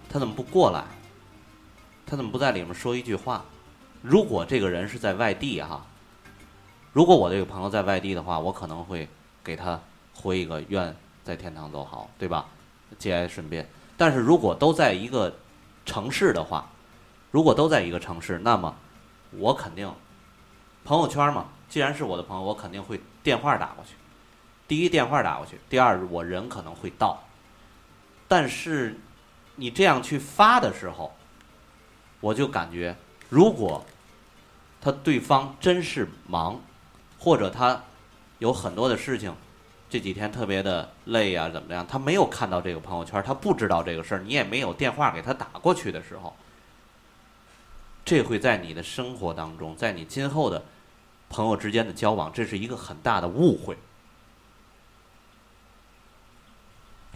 S6: 他怎么不过来？他怎么不在里面说一句话？如果这个人是在外地哈、如果我这个朋友在外地的话，我可能会给他回一个愿在天堂走好，对吧？节哀顺变。但是如果都在一个城市的话，如果都在一个城市，那么我肯定朋友圈嘛，既然是我的朋友，我肯定会电话打过去。第一电话打过去，第二我人可能会到，但是你这样去发的时候，我就感觉如果他对方真是忙，或者他有很多的事情，这几天特别的累啊，怎么样，他没有看到这个朋友圈，他不知道这个事儿，你也没有电话给他打过去的时候，这会在你的生活当中，在你今后的朋友之间的交往，这是一个很大的误会。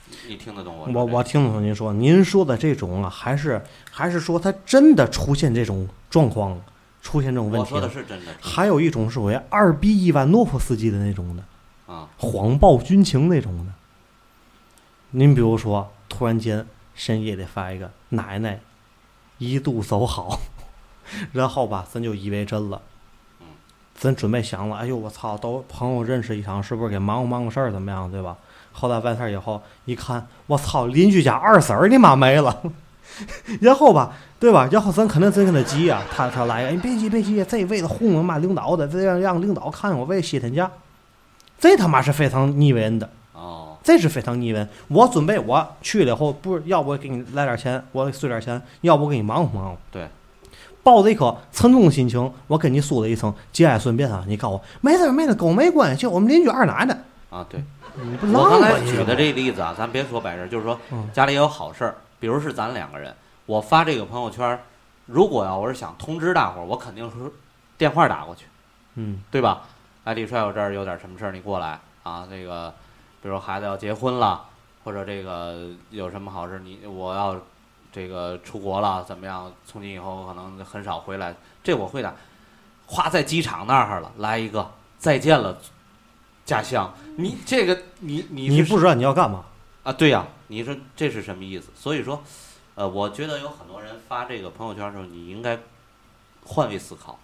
S6: 你你听得懂我说
S1: 我
S6: 这
S1: 我听懂您说，您说的这种啊，还是还是说他真的出现这种状况，出现这种问
S6: 我
S1: 题
S6: 说的
S1: 了。
S6: 是真的
S1: 还有一种是为二逼伊万诺夫斯基的那种的，
S6: 啊，
S1: 谎报军情那种的。您比如说，突然间深夜里发一个“奶奶一度走好”， 然后吧，咱就以为真了
S6: 嗯。
S1: 咱准备想了，哎呦我操，都朋友认识一场，是不是给忙活忙活事儿怎么样，对吧？后来完事儿以后一看，我操，邻居家二婶儿你妈没了。 然后吧，对吧？然后咱肯定真跟他急呀、他他来，哎，别急别急，这为了糊弄嘛领导的，这样让领导看我为了歇天假，这他妈是非常逆为人的，
S6: 哦，
S1: 这是非常逆为人。我准备我去了以后，不是要不我给你来点钱，我碎点钱，要不我给你忙活忙活。
S6: 对，
S1: 抱着一颗沉重的心情，我跟你说了一声节哀顺变啊！你告诉我没事儿没事儿，跟我没关系，就我们邻居二奶奶，
S6: 啊，对，
S1: 你不
S6: 我
S1: 浪
S6: 刚才
S1: 吧你
S6: 举的这例子啊，咱别说白事儿，就是说
S1: 嗯
S6: 家里也有好事儿，比如是咱两个人，我发这个朋友圈儿，如果要我是想通知大伙儿，我肯定是电话打过去，
S1: 嗯
S6: 对吧？哎，李帅，我这儿有点什么事儿，你过来啊。这个，比如孩子要结婚了，或者这个有什么好事，你我要这个出国了，怎么样？从今以后我可能很少回来，这我会的。哗，在机场那儿了，来一个再见了，家乡。你这个，你你
S1: 你
S6: 是
S1: 不知道你要干嘛，
S6: 啊，对呀、你说这是什么意思？所以说，呃，我觉得有很多人发这个朋友圈的时候，你应该换位思考，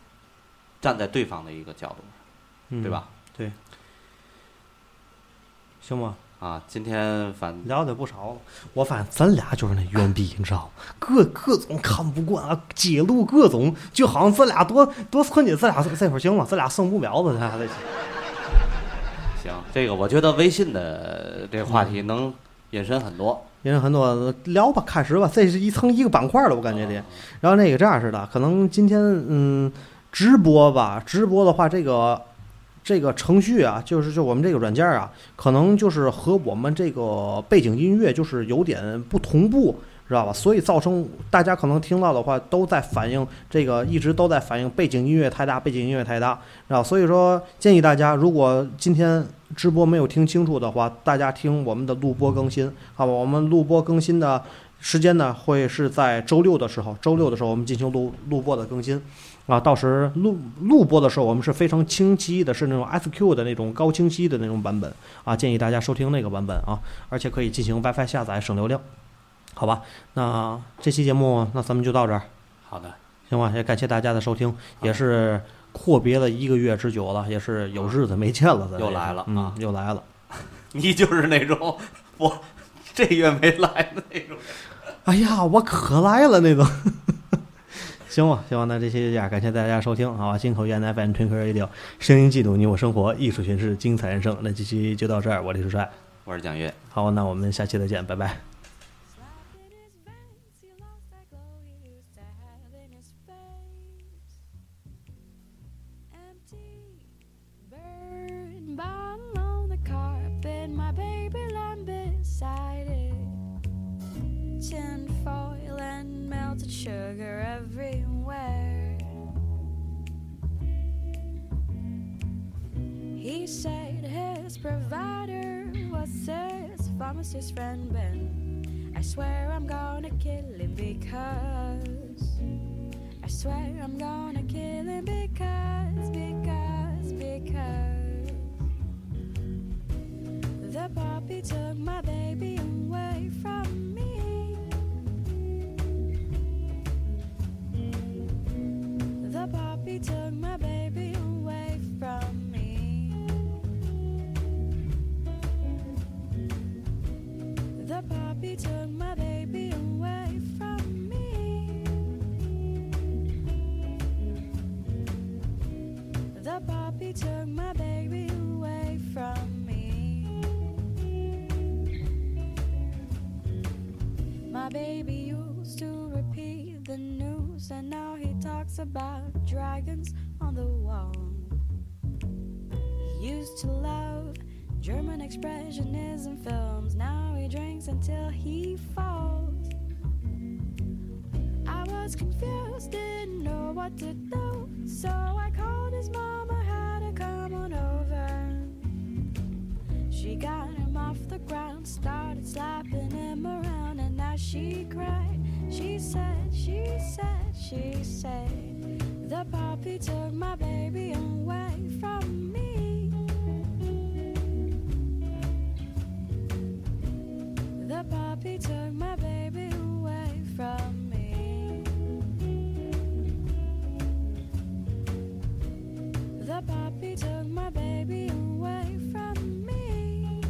S6: 站在对方的一个角度上，
S1: 嗯
S6: 对吧？？
S1: 行吧，
S6: 啊，今天反
S1: 聊的不少了。我发现咱俩就是那冤逼，你知道吗？各各种看不惯啊，揭露各种，就好像咱俩多多纯洁，咱俩这会儿行吗？咱俩胜不了的，咱俩这。
S6: 行，这个我觉得微信的这个话题能引申很多。
S1: 因为很多聊吧，开始吧，这是一层一个板块了，我感觉得。然后那个这样似的，可能今天嗯，直播吧，直播的话，这个这个程序啊，就是就我们这个软件啊，可能就是和我们这个背景音乐就是有点不同步，知道吧？所以造成大家可能听到的话都在反映这个，一直都在反映背景音乐太大，背景音乐太大，知道吧？所以说建议大家，如果今天直播没有听清楚的话，大家听我们的录播更新，好吧？我们录播更新的时间呢，会是在周六的时候，周六的时候我们进行录录播的更新。啊，到时录录播的时候，我们是非常清晰的，是那种 FQ 的那种高清晰的那种版本啊，建议大家收听那个版本啊，而且可以进行 WiFi 下载，省流量，好吧？那这期节目，那咱们就到这儿，
S6: 好的，
S1: 行吧，也感谢大家的收听，也是阔别了一个月之久了，也是有日子没见了，咱
S6: 又来了啊
S1: 嗯，又来了。
S6: 你就是那种我这月没来的那种。
S1: 哎呀，我可来了那种。 行吧，行吧，那这些呀，感谢大家收听，好吧，金口烟 FM 春科 radio，声音记录你我生活，艺术诠释精彩人生。那这期就到这儿，我李书帅，
S6: 我是蒋月。
S1: 好，那我们下期再见，拜拜。
S8: Slapped in his veins, he lost that glow he used to have in his face. Empty, burn bottle on the carpet, my baby lying beside it. Tin foil and melted sugar everywhere. He said his provider was his pharmacist friend Ben. I swear I'm gonna kill him because I swear I'm gonna kill him because because because the puppy took my baby away from me The puppy took my baby away from me The puppy took my baby away from me. The puppy took my baby away from me. My baby used to repeat the news, and now he talks about dragons on the wall. He used to love German expressionism films. Now he drinks until he falls. I was confused, didn't know what to do. So I called his mama, had her come on over. She got him off the ground, started slapping him around, and now she cried. She said, she said, she said, The puppy took my baby away from me. The puppy took my baby away from me. The puppy took my baby away from me.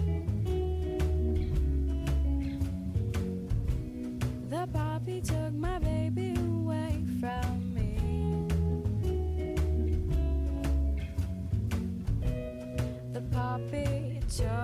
S8: The puppy took my baby away from me. The puppy took